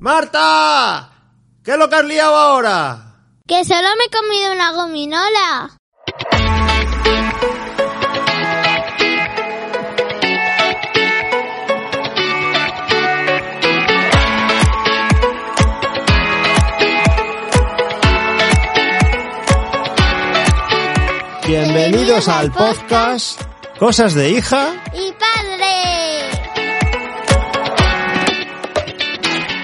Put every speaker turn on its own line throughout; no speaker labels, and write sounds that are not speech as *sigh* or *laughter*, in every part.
¡Marta! ¿Qué es lo que has liado ahora?
Que solo me he comido una gominola.
Bienvenidos al podcast Cosas de hija.
¡Y padre!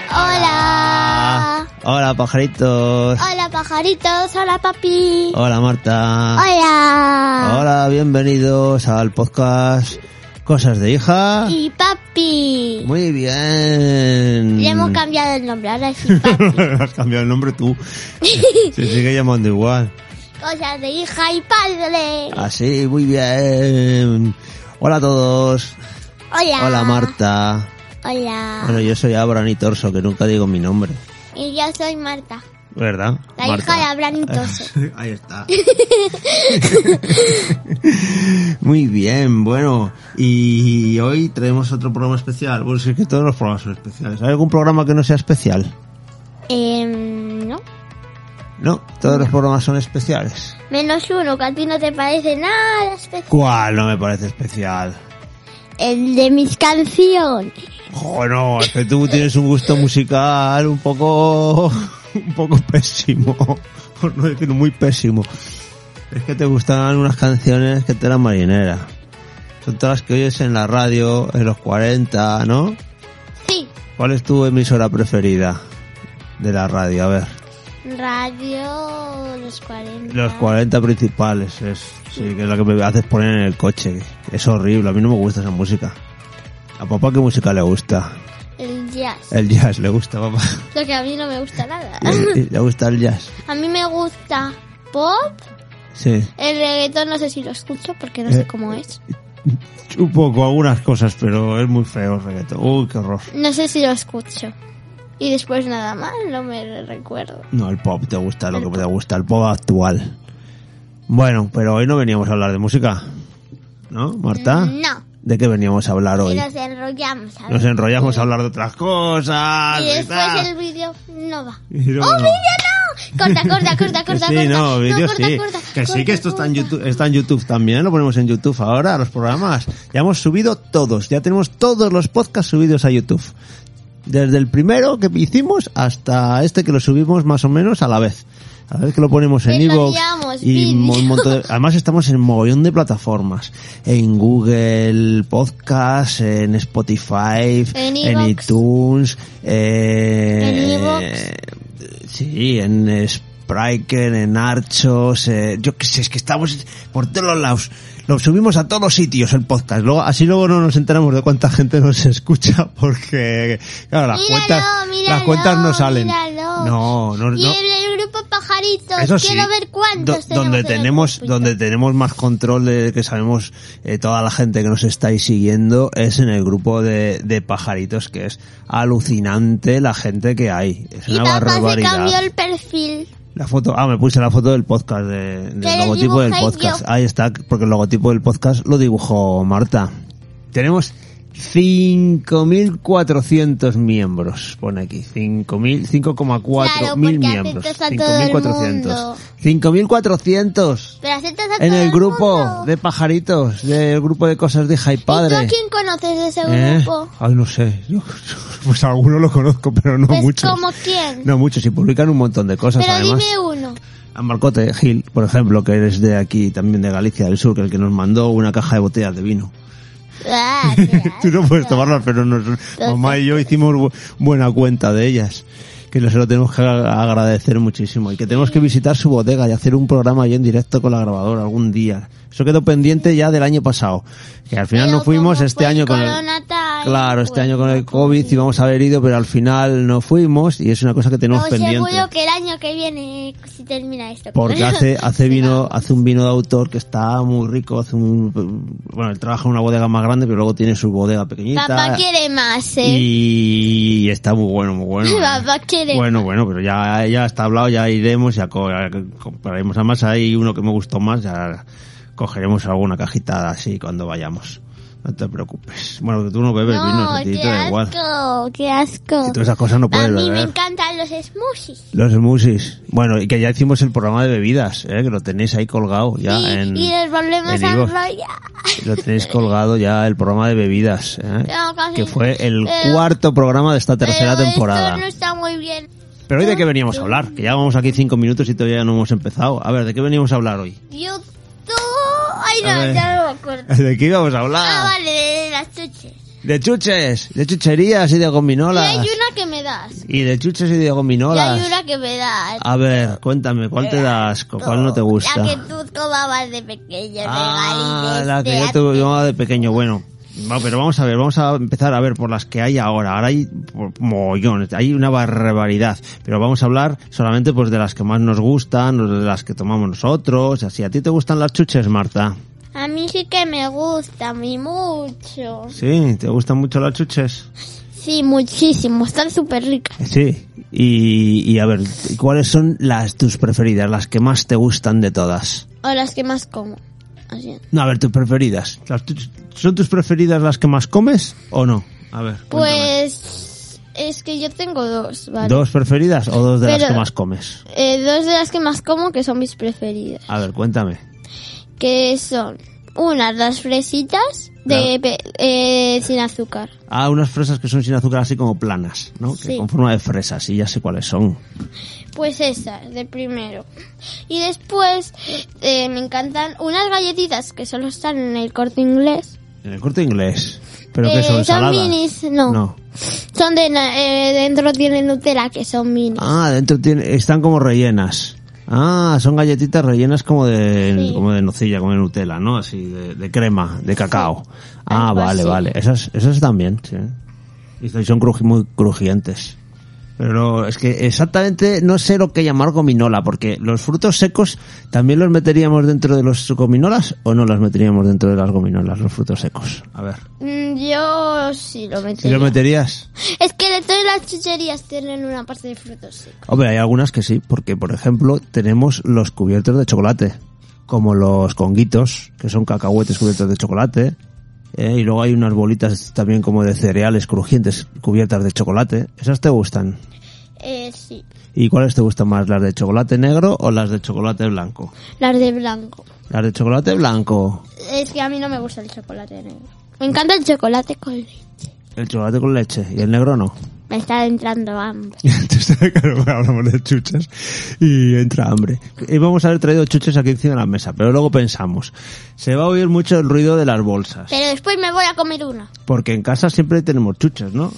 Ah.
Hola.
Hola pajaritos.
Hola pajaritos, hola papi.
Hola Marta.
Hola.
Hola, bienvenidos al podcast Cosas de hija.
Y papi.
Muy bien.
Le hemos cambiado el nombre,
*laughs*
ahora es y papi.
Has cambiado el nombre
*laughs*
tú. Se sigue llamando igual.
Cosas de hija y padre.
Así, muy bien. Hola a todos.
Hola.
Hola Marta.
Hola.
Bueno, yo soy Abraham y Torso, que nunca digo mi nombre.
Y yo soy Marta,
¿Verdad?
la
Marta.
hija de Abraham
*laughs*
y Toso.
Ahí está. Muy bien, bueno, y hoy traemos otro programa especial. Bueno, si es que todos los programas son especiales. ¿Hay algún programa que no sea especial?
Em, ¿No?
No, todos los programas son especiales.
Menos uno, que a ti no te parece nada especial.
¿Cuál no me parece especial?
El de mis canciones.
Joder, no, es que tú tienes un gusto musical un poco... *laughs* un poco pésimo. Por no decir muy pésimo. Es que te gustan unas canciones que te eran marinera. Son todas las que oyes en la radio, en los 40, ¿no?
Sí.
¿Cuál es tu emisora preferida de la radio? A ver,
Radio los 40.
los 40 principales es, sí, que es la que me haces poner en el coche. Es horrible, a mí no me gusta esa música. ¿A papá qué música le gusta?
El jazz.
El jazz le gusta, papá.
Lo que a mí no me gusta nada.
Le le gusta el jazz.
A mí me gusta pop.
Sí.
El reggaetón no sé si lo escucho porque
Eh,
no sé cómo es.
Un poco algunas cosas, pero es muy feo el reggaetón. Uy, qué horror.
No sé si lo escucho. Y después nada más, no me recuerdo.
No, el pop te gusta, lo que te gusta, el pop actual. Bueno, pero hoy no veníamos a hablar de música. ¿No, Marta?
No.
¿De qué veníamos a hablar hoy?
Y nos enrollamos. a
Nos
ver.
enrollamos a hablar de otras cosas.
Y
tal.
después el vídeo no va.
Y luego
¡Oh,
no.
vídeo no! Corta, corta, corta,
*laughs* Que
corta,
sí,
corta.
no, vídeo
corta,
sí.
corta,
que sí,
corta,
que esto está en,
corta.
YouTube, está en YouTube también, lo ponemos en YouTube ahora, los programas. Ya hemos subido todos, ya tenemos todos los podcasts subidos a YouTube. Desde el primero que hicimos hasta este que lo subimos más o menos a la vez. A la vez que lo ponemos en
Pero
iVoox
digamos,
y mo-
vídeo.
un montón de-
*laughs*
Además estamos en mogollón de plataformas. En Google Podcast, en Spotify,
En
en
iVoox.
iTunes, eh,
En iVoox.
Sí, en Spriker, en Archos, eh, yo qué sé, es que estamos por todos los lados. Lo subimos a todos los sitios el podcast. Luego, así luego no nos enteramos de cuánta gente nos *laughs* escucha porque, claro, las
Míralo,
cuentas, las
míralo,
cuentas no salen.
míralo.
No, no,
Y
no.
en el grupo pajaritos,
Eso sí,
quiero ver cuántos
do- donde tenemos,
tenemos. en el grupito.
donde tenemos más control de que sabemos eh, toda la gente que nos estáis siguiendo es en el grupo de, de pajaritos que es alucinante la gente que hay. Es
Y
una
papá se
barbaridad.
cambió el perfil.
La foto, ah, me puse la foto del podcast, de-
Que
del
lo
logotipo del
dibujé
podcast.
yo.
Ahí está, porque el logotipo del podcast lo dibujó Marta. Tenemos 5.400 miembros, pone aquí, 5.000, 5,4
Claro,
mil
porque
miembros.
aceptas a todo el
5.400.
mundo.
5.400
Pero aceptas a
en
todo
el grupo
mundo.
de pajaritos, del grupo de cosas de High Padre.
¿Y tú a quién conoces de ese
¿Eh?
grupo?
Ay, no sé. Yo- pues alguno lo conozco, pero no
Pues,
muchos.
¿como quién?
No muchos, y publican un montón de cosas
Pero
además.
dime
*laughs*
uno.
A Marcote Gil, por ejemplo, que eres de aquí, también de Galicia del Sur, que el que nos mandó una caja de botellas de vino. *laughs*
Ah, qué
Tú no
asco.
puedes tomarlas, pero nos, mamá y yo hicimos bu- buena cuenta de ellas. que se lo tenemos que a- agradecer muchísimo y que tenemos que visitar su bodega y hacer un programa ahí en directo con la grabadora algún día. Eso quedó pendiente ya del año pasado, que al final
Pero
no fuimos
como
este
fue
año con el...
Corona Time,
Claro, este
pues,
año con el COVID íbamos a haber ido, pero al final no fuimos y es una cosa que tenemos
No,
pendiente.
seguro que el año que viene, si termina esto.
Porque
*laughs*
hace, hace vino, hace un vino de autor que está muy rico, hace un, bueno, él trabaja en una bodega más grande, pero luego tiene su bodega pequeñita.
Papá quiere más, ¿eh?
Y está muy bueno, muy bueno. ¿eh?
*laughs* Papá quiere
Bueno, bueno, pero ya, ya está hablado, ya iremos, ya co- ya compraremos. Además, hay uno que me gustó más, ya cogeremos alguna cajita así cuando vayamos. No te preocupes. Bueno, que tú no bebes vino,
No,
a ti
qué
te da igual.
asco, qué asco.
Y todas esas cosas no
A
puedes
mí me
beber.
encantan los smoothies.
Los smoothies. Bueno, y que ya hicimos el programa de bebidas, ¿eh? que lo tenéis ahí colgado ya
y,
en...
y nos volvemos
en
a
Ivo.
enrollar.
Lo tenéis colgado ya el programa de bebidas, ¿eh?
Tengo casi-
que fue el
pero-
cuarto programa de esta tercera
Pero
temporada.
Esto no está muy bien.
Pero hoy de qué veníamos a hablar, que ya vamos aquí cinco minutos y todavía no hemos empezado. A ver, ¿de qué veníamos a hablar hoy?
YouTube. Ay,
A
no,
ver.
ya no me
*laughs*
acuerdo.
¿De qué íbamos a
Ah,
hablar?
vale, de las chuches.
De chuches, de chucherías y de
Y hay
gominolas.
una que me das.
Y de chuches y de
Y hay
gominolas.
una que me das.
A ver, cuéntame, ¿cuál te das? ¿Cuál no Ah, te gusta?
La que tú tomabas de pequeño.
Ah,
de
la que yo
galines,
tuve
de
yo de pequeño, bueno. No, pero vamos a ver, vamos a empezar a ver por las que hay ahora. Ahora hay por- mollones, hay una barbaridad. Pero vamos a hablar solamente pues de las que más nos gustan, o de las que tomamos nosotros, así. ¿A ti te gustan las chuches, Marta?
ate. A mí sí que me gusta, a mí mucho.
Sí, ¿te gustan mucho las chuches?
Sí, muchísimo. Están súper ricas.
Sí. Y, y a ver, ¿cuáles son las tus preferidas, las que más te gustan de todas?
O las que más como. Así.
No, a ver, tus preferidas. Las tuch- ¿Son tus preferidas las que más comes o no? A ver. cuéntame.
Pues es que yo tengo dos, ¿vale?
¿Dos preferidas o dos de las
Pero-
que más comes?
Eh, dos de las que más como que son mis preferidas.
A ver, cuéntame.
Que son unas las fresitas de pe- eh, sin azúcar.
Ah, unas fresas que son sin azúcar, así como planas, ¿no? Que
Sí.
con forma de fresas, y ya sé cuáles son.
Pues esas, de primero. Y después eh, me encantan unas galletitas que solo están en el corte inglés.
En el corte inglés. Pero que
Eh,
son saladas.
minis, no.
No.
Son de na- eh, dentro tienen Nutella que son minis.
Ah, dentro tiene, están como rellenas. Ah, son galletitas rellenas como de,
Sí.
como de nocilla, como de Nutella, ¿no? Así, de, de crema, de cacao. Ah,
algo
vale,
así.
vale. Esas, esas también, sí. Y son- son cruji- muy crujientes. Pero es que exactamente no sé lo que llamar gominola, porque los frutos secos también los meteríamos dentro de los gominolas o no los meteríamos dentro de las gominolas, los frutos secos. A ver.
Mm, Yo sí lo
¿Y
metería.
los meterías?
Es que de todas las chucherías tienen una parte de frutos secos.
Hombre, hay algunas que sí, porque por ejemplo tenemos los cubiertos de chocolate, como los conguitos, que son cacahuetes cubiertos de chocolate, eh, y luego hay unas bolitas también como de cereales crujientes cubiertas de chocolate. ¿Esas te gustan?
Eh, sí.
¿Y cuáles te gustan más, las de chocolate negro o las de chocolate blanco?
Las de blanco.
Las de chocolate blanco.
Es que a mí no me gusta el chocolate negro. Me encanta el chocolate con leche.
El chocolate con leche y el negro no.
Me está entrando hambre.
*laughs* Entonces, claro, hablamos de chuches y entra hambre. Íbamos a haber traído chuches aquí encima de la mesa, pero luego pensamos, se va a oír mucho el ruido de las bolsas,
Pero después me voy a comer una.
porque en casa siempre tenemos chuches, ¿no?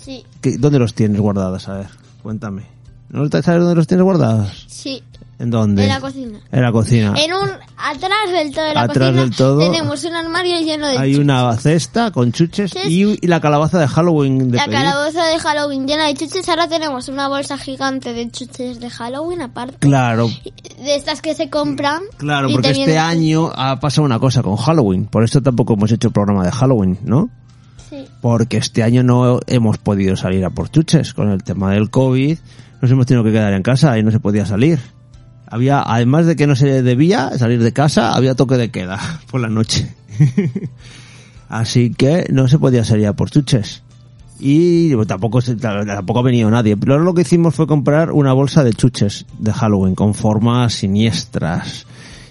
Sí,
¿Qué- ¿Dónde los tienes guardadas? A ver, cuéntame. ¿No te- sabes dónde los tienes guardados?
sí.
¿En dónde?
En la cocina.
En la cocina.
En un atrás del todo de la
Atrás
cocina
del todo.
tenemos un armario lleno de
Hay
chu-
una cesta con chuches y, y la calabaza de Halloween de
la
pedir.
calaboza de Halloween llena de chuches. Ahora tenemos una bolsa gigante de chuches de Halloween aparte.
Claro,
De estas que se compran.
Claro,
y
porque
te
este
vienen-
año ha pasado una cosa con Halloween. Por esto tampoco hemos hecho programa de Halloween, ¿no?
Sí.
Porque este año no hemos podido salir a por chuches. Con el tema del COVID, nos hemos tenido que quedar en casa y no se podía salir. Había, además de que no se debía salir de casa, había toque de queda *laughs* por la noche. Así que no se podía salir a por chuches. Y pues, tampoco, se- tampoco ha venido nadie. Pero lo que hicimos fue comprar una bolsa de chuches de Halloween con formas siniestras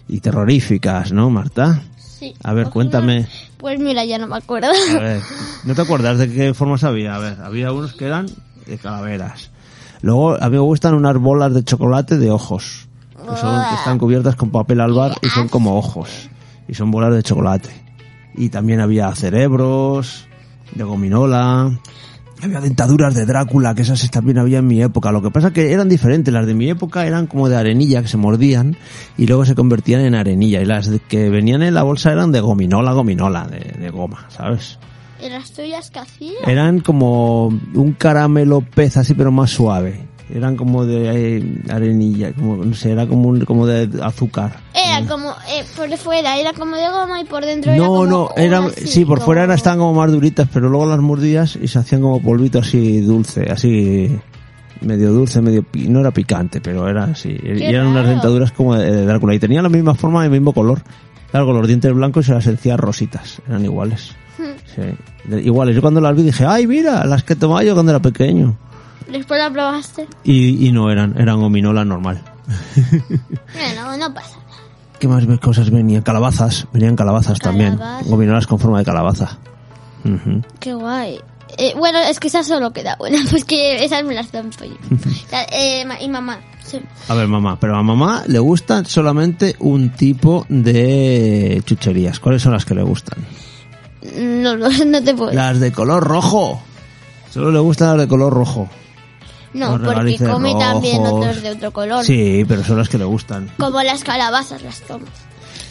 y terroríficas, ¿no, Marta?
Sí.
A ver,
Cogí
cuéntame.
una- Pues mira, ya no me acuerdo. *laughs*
A ver, ¿no te acuerdas de qué formas había? A ver, había unos que eran de calaveras. Luego, a mí me gustan unas bolas de chocolate de ojos. Que, son, que están cubiertas con papel albar y son como ojos. Y son bolas de chocolate. Y también había cerebros, de gominola. Había dentaduras de Drácula, que esas también había en mi época. Lo que pasa que eran diferentes. Las de mi época eran como de arenilla, que se mordían y luego se convertían en arenilla. Y las de- que venían en la bolsa eran de gominola, gominola, de, de goma, ¿sabes?
¿Y las tuyas que hacías?
Eran como un caramelo pez así, pero más suave. Eran como de eh, arenilla, como, no sé, era como, un- como de azúcar.
Era como, eh, por fuera era como de goma y por dentro era
Mm. No,
como
no,
una
eran,
así,
sí, por
como-
fuera eran- estaban como más duritas, pero luego las mordías y se hacían como polvito así dulce, así medio dulce, medio pi- no era picante, pero era así. Y eran unas
raro.
dentaduras como de, de Drácula y tenían la misma forma y el mismo color. Claro, con los dientes blancos se las hacía rositas, eran iguales.
Hmm.
Sí, de- iguales. Yo cuando las vi dije, ay, mira, las que tomaba yo cuando era pequeño.
Después la probaste.
Y, y no eran, eran gominola normal.
Bueno, no pasa. nada.
¿Qué más ve- cosas venían? Calabazas, venían calabazas,
Calabazas.
también. Gominolas con forma de calabaza. Ujú.
Qué guay. Eh, bueno, es que esa solo queda buena, *laughs* pues que esas me las dan
*laughs*
pollo. La- eh, ma- y mamá. sí.
A ver, mamá, pero a mamá le gustan solamente un tipo de chucherías. ¿Cuáles son las que le gustan?
No, no, no te puedo.
Las de color rojo. Solo le gustan las de color rojo.
no,
los
porque
regalices
come también
rojos.
otros de otro color.
Sí, pero son las que le gustan.
Como las calabazas las tomas.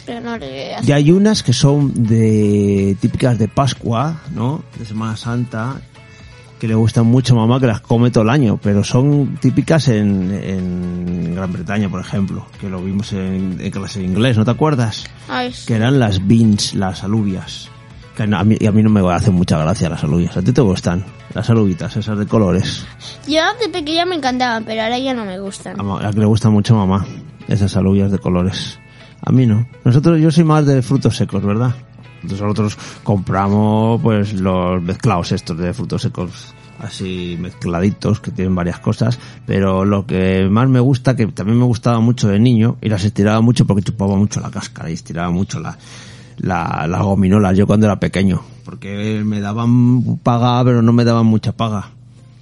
Pero no le
Y hay unas que son de típicas de Pascua, ¿no? De Semana Santa, que le gustan mucho a mamá, que las come todo el año, pero son típicas en, en Gran Bretaña, por ejemplo, que lo vimos en, en clase de inglés, ¿no te acuerdas?
Ay, sí.
Que eran las beans, las alubias. Que no- a, mí, y a mí no me hacen mucha gracia las alubias. ¿A ti te gustan? Las alubitas, esas de colores.
Yo de pequeña me encantaban, pero ahora ya no me gustan.
A ma- a que le gusta mucho a mamá, esas alubias de colores. A mí no. Nosotros, yo soy más de frutos secos, ¿verdad? Entonces nosotros compramos pues los mezclados estos de frutos secos así mezcladitos que tienen varias cosas pero lo que más me gusta que también me gustaba mucho de niño y las estiraba mucho porque chupaba mucho la cáscara y estiraba mucho la, la, las gominolas yo cuando era pequeño porque me daban paga pero no me daban mucha paga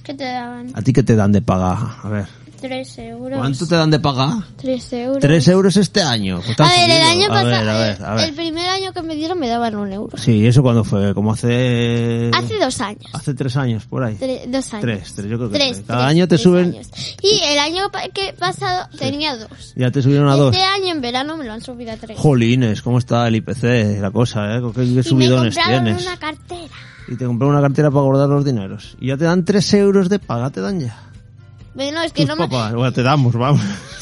¿Qué te daban?
a ti qué te dan de paga a ver
Tres euros.
¿cuánto te dan de paga?
Tres euros.
3 euros este año. Pues están
A ver, el año
subiendo. A
pasado.
ver, a ver, a ver.
El primer año que me dieron me daban un euro.
Sí, ¿eso cuando fue? Como hace...
Hace dos años.
Hace tres años, por ahí.
Tre- dos años.
Tres, tres, yo creo que
Tres,
tres. Cada
tres,
año te
tres
suben-
años. Y el año pa- que pasado tenía dos.
Ya te subieron a dos.
Este año en verano me lo han subido a tres.
Jolines, ¿cómo está el IPC? La cosa, ¿eh? ¿Qué, qué
y me
subidones
compraron
tienes?
una cartera.
Y te compraron una cartera para guardar los dineros. Y ya te dan tres euros de paga, te dan ya.
Bueno, es que
Tus
no me...
papás, bueno, te damos, vamos.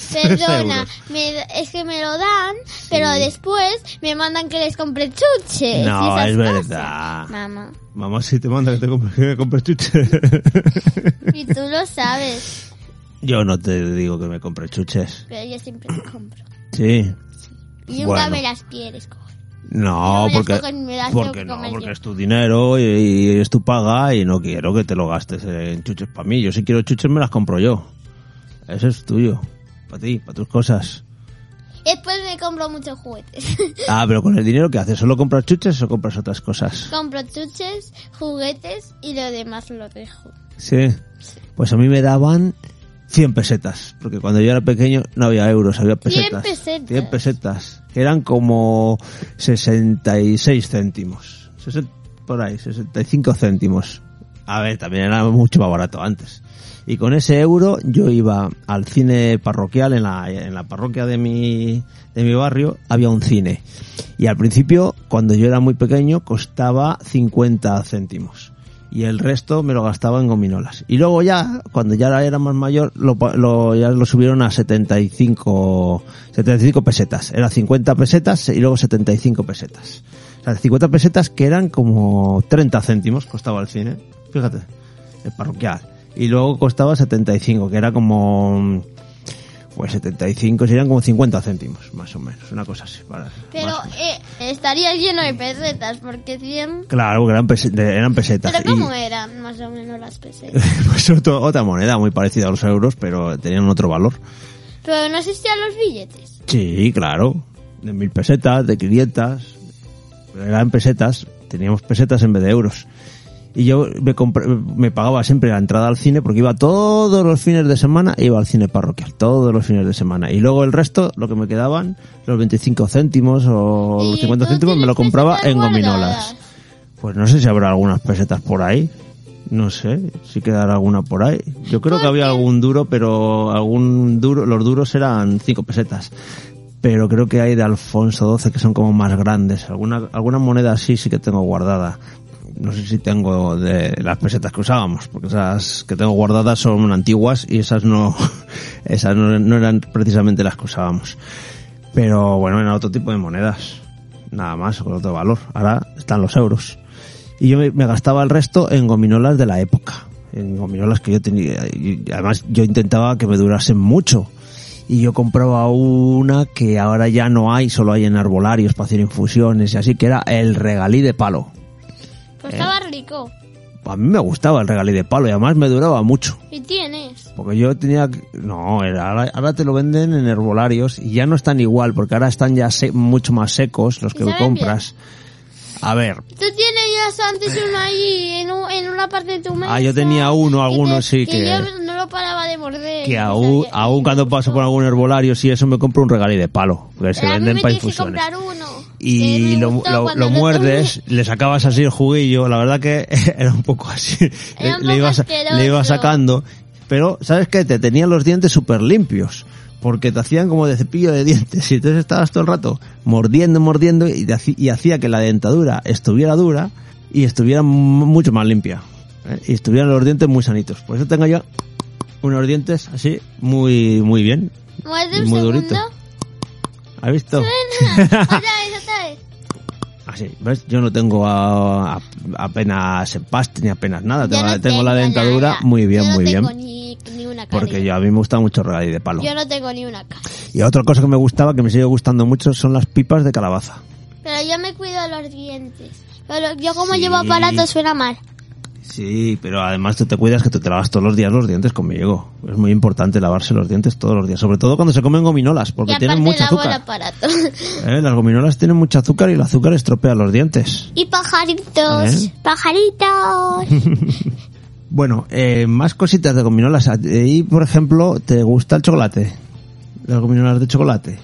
Tres
*laughs* Perdona,
euros.
me da- es que me lo dan, pero después me mandan que les compre chuches.
No,
y eh, esas
es
cosas.
verdad.
Mamá,
Mamá, si te manda que te compres, *laughs* que me compres
*laughs*
chuches.
y tú lo sabes,
Yo no te digo que me compre chuches.
pero yo siempre me compro.
Sí.
Y nunca
Bueno.
me las quieres coger.
No,
No me las
porque,
toco ni me las tengo
porque
que
no,
comer
porque
yo.
es tu dinero y, y es tu paga y no quiero que te lo gastes en chuches para mí. Yo si quiero chuches me las compro yo. Eso es tuyo, para ti, para tus cosas.
Después me compro muchos juguetes. *laughs*
Ah, pero con el dinero que haces, ¿solo compras chuches o compras otras cosas?
compro chuches, juguetes y lo demás lo dejo.
Sí. Pues a mí me daban 100 pesetas, porque cuando yo era pequeño no había euros, había pesetas.
pesetas.
100 pesetas, que eran como 66 céntimos. Sesen- por ahí, 65 céntimos. A ver, también era mucho más barato antes. Y con ese euro yo iba al cine parroquial, en la, en la parroquia de mi, de mi barrio había un cine. Y al principio, cuando yo era muy pequeño, costaba 50 céntimos. Y el resto me lo gastaba en gominolas. Y luego ya, cuando ya era más mayor, lo, pa- lo- ya lo subieron a 75, 75 pesetas. Era 50 pesetas y luego 75 pesetas. O sea, 50 pesetas que eran como 30 céntimos costaba el cine. Fíjate, el parroquial. Y luego costaba 75, que era como... Pues 75 serían como 50 céntimos, más o menos. Una cosa así. Para,
Pero
más o menos.
eh, estaría lleno de pesetas, porque 100...
Claro, que eran, pese- de- eran pesetas.
Pero
y-
¿cómo eran más o menos las pesetas?
*laughs* pues otro- otra moneda muy parecida a los euros, pero tenían otro valor.
Pero no existían los billetes.
Sí, claro. De mil pesetas, de 500. Pero eran pesetas. Teníamos pesetas en vez de euros. Y yo me, compr- me pagaba siempre la entrada al cine porque iba todos los fines de semana, iba al cine parroquial, todos los fines de semana. Y luego el resto, lo que me quedaban, los 25 céntimos o
Y
los 50
tú
céntimos, me
tienes
lo compraba
pesetas
en
guardadas.
gominolas. Pues no sé si habrá algunas pesetas por ahí. No sé si quedará alguna por ahí. Yo creo que
¿Por
había
qué?
algún duro, pero algún duro, los duros eran cinco pesetas. Pero creo que hay de Alfonso XII que son como más grandes. Alguna, alguna moneda así sí que tengo guardada. No sé si tengo de las pesetas que usábamos, porque esas que tengo guardadas son antiguas y esas no, *laughs* esas no, no eran precisamente las que usábamos. Pero bueno, era otro tipo de monedas. Nada más, con otro valor. Ahora están los euros. Y yo me, me gastaba el resto en gominolas de la época. En gominolas que yo tenía. y además, yo intentaba que me durasen mucho. Y yo compraba una que ahora ya no hay, solo hay en arbolarios para hacer infusiones y así, que era el regalí de palo.
Pues
¿Eh?
estaba rico.
A mí me gustaba el regalí de palo y además me duraba mucho.
Y tienes.
Porque yo tenía... que- No, era- ahora, ahora te lo venden en herbolarios y ya no están igual, porque ahora están ya se- mucho más secos los que
¿Saben
compras. A ver,
Tú tienes ya antes uno allí, en, un- en una parte de tu mesa.
Ah, yo tenía uno,
que
alguno
te-
sí
que...
que-
yo no lo paraba de morder.
que
no
aún,
sabía-
aún cuando paso por algún herbolario, si eso me compro un regalí de palo, que se
Pero a mí
venden
me
para
tienes que
infusiones.
comprar uno.
Y
Que me
lo,
gustó
lo-
cuando
lo
no
muerdes, le sacabas así el juguillo, la verdad que *laughs* era un poco así,
Era un
le,
poco
ibas,
asqueroso.
le ibas sacando, pero ¿sabes qué? Te tenían los dientes súper limpios, porque te hacían como de cepillo de dientes, y entonces estabas todo el rato mordiendo, mordiendo, y, te haci- y hacía que la dentadura estuviera dura y estuviera mu- mucho más limpia, ¿eh? y estuvieran los dientes muy sanitos. Por eso tengo yo unos dientes así muy, muy bien.
tenía- Muerde un
Muy durito.
segundo.
¿Has visto?
otra vez, otra
*laughs*
vez.
Así, Ah, ¿ves? Yo no tengo a- a- apenas empaste ni apenas nada.
Yo
Tengo,
no
tengo la
tengo
dentadura
nada.
muy bien,
Yo no
muy bien.
tengo Ni, ni una cara.
Porque yo, a mí me gusta mucho el regalí de palo.
Yo no tengo ni una cara.
Y otra cosa que me gustaba, que me sigue gustando mucho, son las pipas de calabaza.
Pero yo me cuido los dientes. Pero yo como
Sí.
llevo aparato suena mal.
Sí, pero además tú te cuidas que tú te lavas todos los días los dientes conmigo. Es muy importante lavarse los dientes todos los días, sobre todo cuando se comen gominolas, porque
y aparte
tienen mucho
lavo el
azúcar.
aparato. *laughs*
Eh, Las gominolas tienen mucho azúcar y el azúcar estropea los dientes.
y pajaritos.
¿Eh? *laughs*
Pajaritos.
Bueno, eh, más cositas de gominolas. A ti, por ejemplo, ¿te gusta el chocolate? ¿Las gominolas de chocolate?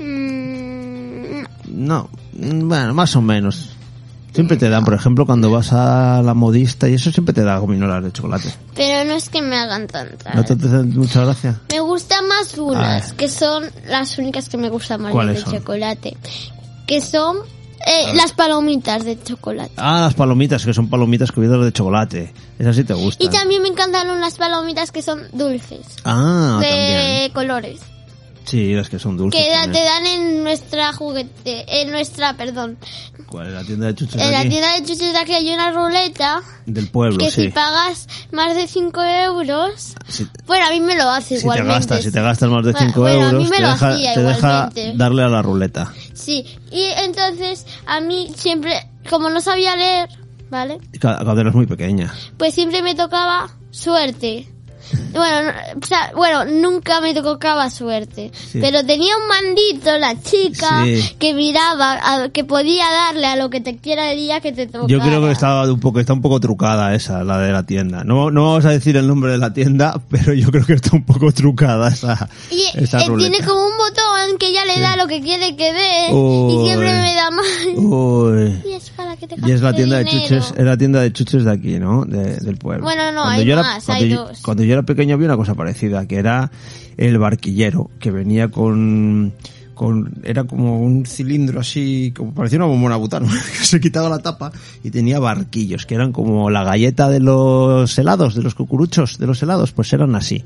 Mm,
No, mm, bueno, más o menos. Siempre te dan, por ejemplo, cuando vas a la modista y eso siempre te da gominolas de chocolate.
pero no es que me hagan tantas.
¿No te hacen mucha gracia?
Me gustan más unas,
Ah.
que son las únicas que me gustan más las
¿Cuáles
de
son?
chocolate. Que son eh, las palomitas de chocolate.
Ah, las palomitas, que son palomitas cubiertas de chocolate. Esas sí te gustan.
Y también me encantan unas palomitas que son dulces.
Ah,
de
también.
colores.
Sí, las que son dulces.
Que da- te
también.
dan en nuestra juguete, en nuestra, perdón,
¿Cuál es la tienda de chuches
en la
aquí?
tienda de chuches de aquí hay una ruleta
Del pueblo,
que si
sí.
pagas más de 5 euros,
Sí.
bueno, a mí me lo hace
Si te
igualmente.
gastas, si te gastas más de
Bueno,
5
bueno, a mí
euros,
me
te
lo
deja,
hacía
te deja
igualmente.
darle a la ruleta.
Sí, y entonces a mí siempre, como no sabía leer, ¿vale?
Y ca- Cuando eras muy pequeña.
Pues siempre me tocaba
*laughs*
suerte. Bueno, no- o sea, bueno, nunca me tocaba suerte,
Sí.
pero tenía un mandito la chica
Sí.
que miraba, a- que podía darle a lo que te quiera el día que te tocara.
Yo creo que estaba un poco, está un poco trucada esa, la de la tienda. No, no vamos a decir el nombre de la tienda, *laughs* pero yo creo que está un poco trucada esa,
Y
esa
eh,
ruleta.
tiene como un botón que ya le da lo que quiere que dé
Uy.
y siempre me da más. *laughs*
Uy.
Y es para que te
Y es la
gaste
tienda de
dinero.
chuches, eh. es la tienda de chuches de aquí, ¿no? De- del pueblo.
Bueno, no, hay más,
cuando
hay
yo-
dos.
Cuando yo era pequeño había una cosa parecida, que era el barquillero, que venía con, con, era como un cilindro así, como parecía una bombona butano, *laughs* que se quitaba la tapa y tenía barquillos, que eran como la galleta de los helados, de los cucuruchos, de los helados, pues eran así,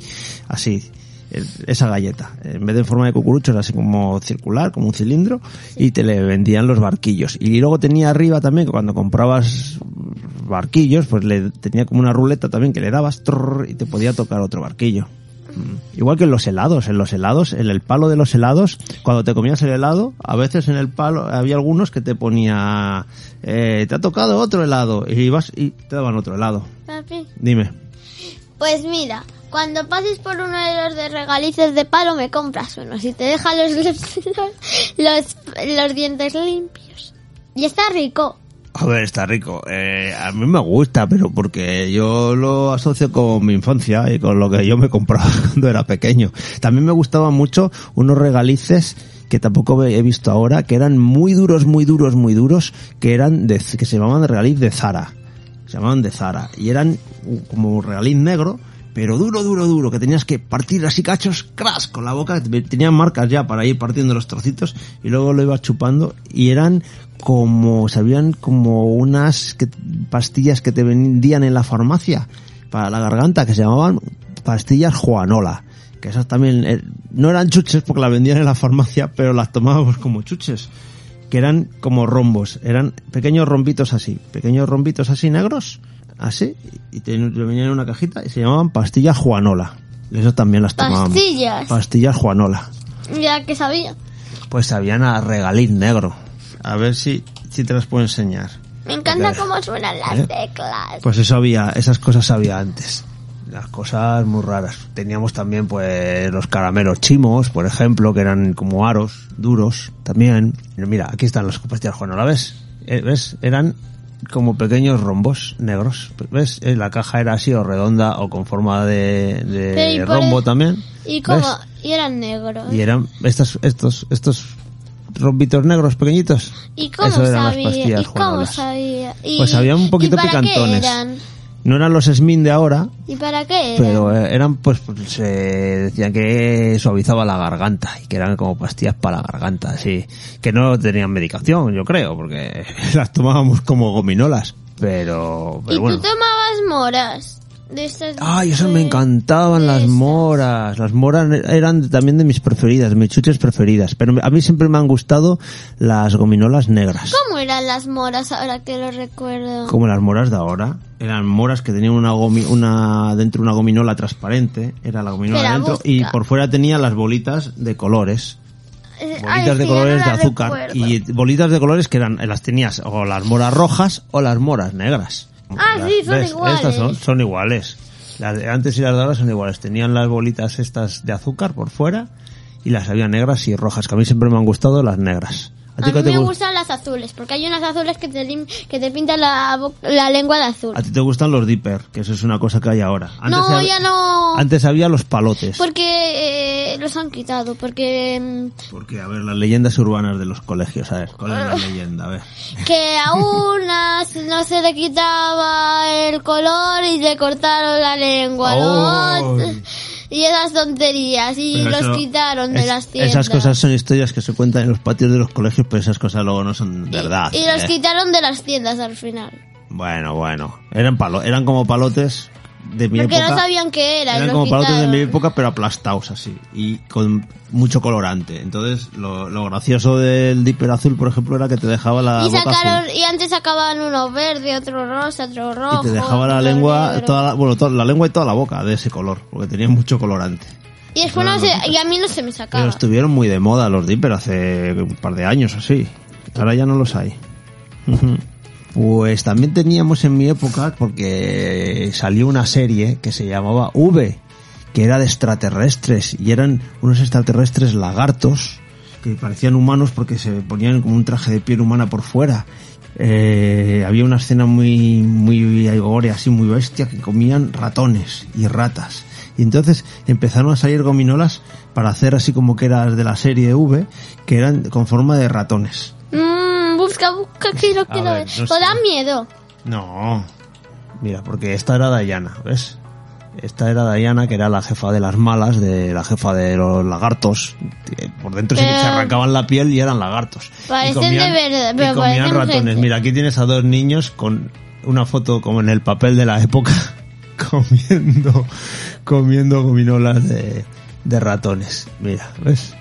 así. el- Esa galleta, en vez de en forma de cucurucho, era así como circular, como un cilindro, y te le vendían los barquillos. Y luego tenía arriba también, que cuando comprabas barquillos, pues le tenía como una ruleta también que le dabas trrr, y te podía tocar otro barquillo. Mm. Igual que en los helados, en los helados, en el palo de los helados, cuando te comías el helado, a veces en el palo había algunos que te ponía, eh, te ha tocado otro helado, y ibas y te daban otro helado.
Papi.
Dime,
Pues mira, cuando pases por uno de los de regalices de palo me compras uno. Si te deja los, *laughs* los, los, los dientes limpios. Y está rico.
a ver, está rico. Eh, a mí me gusta, pero porque yo lo asocio con mi infancia y con lo que yo me compraba *laughs* cuando era pequeño. También me gustaban mucho unos regalices que tampoco he visto ahora, que eran muy duros, muy duros, muy duros, que eran de, que se llamaban regaliz de Zara. se llamaban de Zara, y eran como regalín negro, pero duro, duro, duro, que tenías que partir así cachos, crash, con la boca, que tenían marcas ya para ir partiendo los trocitos, y luego lo ibas chupando, y eran como, sabían como unas que- pastillas que te vendían en la farmacia para la garganta, que se llamaban pastillas Juanola, que esas también, eh, no eran chuches porque las vendían en la farmacia, pero las tomábamos como chuches que eran como rombos, eran pequeños rombitos así, pequeños rombitos así negros, así, y te, te venían en una cajita y se llamaban pastillas Juanola. Y eso también las tomábamos.
Pastillas.
Pastillas Juanola.
Ya que sabía.
Pues sabían a regaliz negro. A ver si, si te las puedo enseñar.
Me encanta
Claro.
cómo suenan las
¿Eh?
teclas.
Pues eso había, esas cosas había antes. Las cosas muy raras. Teníamos también pues los caramelos chimos, por ejemplo, que eran como aros, duros, también. Mira, aquí están las pastillas Juan, ¿no la ves? Eh, ¿Ves? Eran como pequeños rombos negros. ¿Ves? Eh, la caja era así o redonda o con forma de, de
Pero, ¿y por
rombo
el-
también.
¿Y cómo?
Pues, ¿Ves?
Y eran negros.
Y eran estos, estos, estos rombitos negros pequeñitos.
¿Y cómo
Eso eran las
sabía?
pastillas
¿Y cómo
Juanolas.
sabía? ¿Y,
Pues había un poquito
¿y para
picantones.
Qué eran?
No eran los Smin de ahora,
¿Y para qué eran?
Pero eh, eran, pues, pues, se decían que suavizaba la garganta y que eran como pastillas para la garganta, sí. Que no tenían medicación, yo creo, porque *laughs* las tomábamos como gominolas. Pero, pero
y
bueno.
tú tomabas moras. De estas,
Ay, eso
de-
me encantaban
de
las
esas.
moras. Las moras eran también de mis preferidas, mis chuches preferidas. Pero a mí siempre me han gustado las gominolas negras.
¿Cómo eran las moras ahora que lo recuerdo?
como las moras de ahora. Eran moras que tenían una gomi, una dentro una gominola transparente, era la gominola
Te la
dentro
busca.
y por fuera tenía las bolitas de colores,
Eh, ay,
bolitas
es
de
que yo no
colores de
las
azúcar
recuerdo.
y bolitas de colores que eran las tenías o las moras rojas o las moras negras.
Ah,
Las-
sí, son iguales.
Estas son, son iguales. Las de antes y las de ahora son iguales. Tenían las bolitas estas de azúcar por fuera y las había negras y rojas, que a mí siempre me han gustado las negras.
A
ti
mí
qué te
me
gu-
gustan las azules, porque hay unas azules que te, lim- que te pintan la, bo- la lengua de azul.
¿A ti te gustan los dipper? Que eso es una cosa que hay ahora. Antes
No,
hab-
ya no.
Antes había los palotes.
Porque eh, los han quitado, porque mm,
Porque, a ver, las leyendas urbanas de los colegios. A ver, ¿cuál
Ah.
es la leyenda? A ver.
que a
*laughs*
unas no se le quitaba el color y le cortaron la lengua. a
Oh.
los- *laughs* Y esas tonterías, y
Pero
los
eso-
quitaron de
es-
las tiendas.
Esas cosas son historias que se cuentan en los patios de los colegios, pero esas cosas luego no son verdad.
Y los
¿eh?
quitaron de las tiendas al final.
Bueno, bueno. Eran, palo eran como palotes de mi
Porque
época.
no sabían qué era. y
Eran
los
como palotes de
quitaron.
mi época, pero aplastados así. Y con mucho colorante. Entonces, lo, lo gracioso del dipper azul, por ejemplo, era que te dejaba la
Y
boca azul.
sacaron, y antes sacaban uno verde, otro rosa, otro rojo.
y te dejaba la
otro
lengua
negro.
toda la, bueno toda la lengua y toda la boca de ese color porque tenía mucho colorante
Y después no
Bueno,
se- y a mí no se me sacaba.
pero estuvieron muy de moda los dipper hace un par de años o así ahora ya no los hay Ujú. pues también teníamos en mi época porque salió una serie que se llamaba V que era de extraterrestres y eran unos extraterrestres lagartos que parecían humanos porque se ponían como un traje de piel humana por fuera. Eh, había una escena muy muy gore, así muy bestia, que comían ratones y ratas. Y entonces empezaron a salir gominolas para hacer así como que eran de la serie V, que eran con forma de ratones.
Mm, busca, busca, que lo
A
quiero
ver,
ver.
no
O da
sé.
miedo.
No. Mira, porque esta era Dayana, ¿ves? Esta era Dayana, que era la jefa de las malas, de la jefa de los lagartos. Eh, Por dentro sí que
Pero-
se arrancaban la piel y eran lagartos. Y
Parecen de verdad,
y
pero
comían
parecen
ratones.
gente.
Mira, aquí tienes a dos niños con una foto como en el papel de la época, *laughs* comiendo, comiendo gominolas de, de ratones. Mira, ¿ves?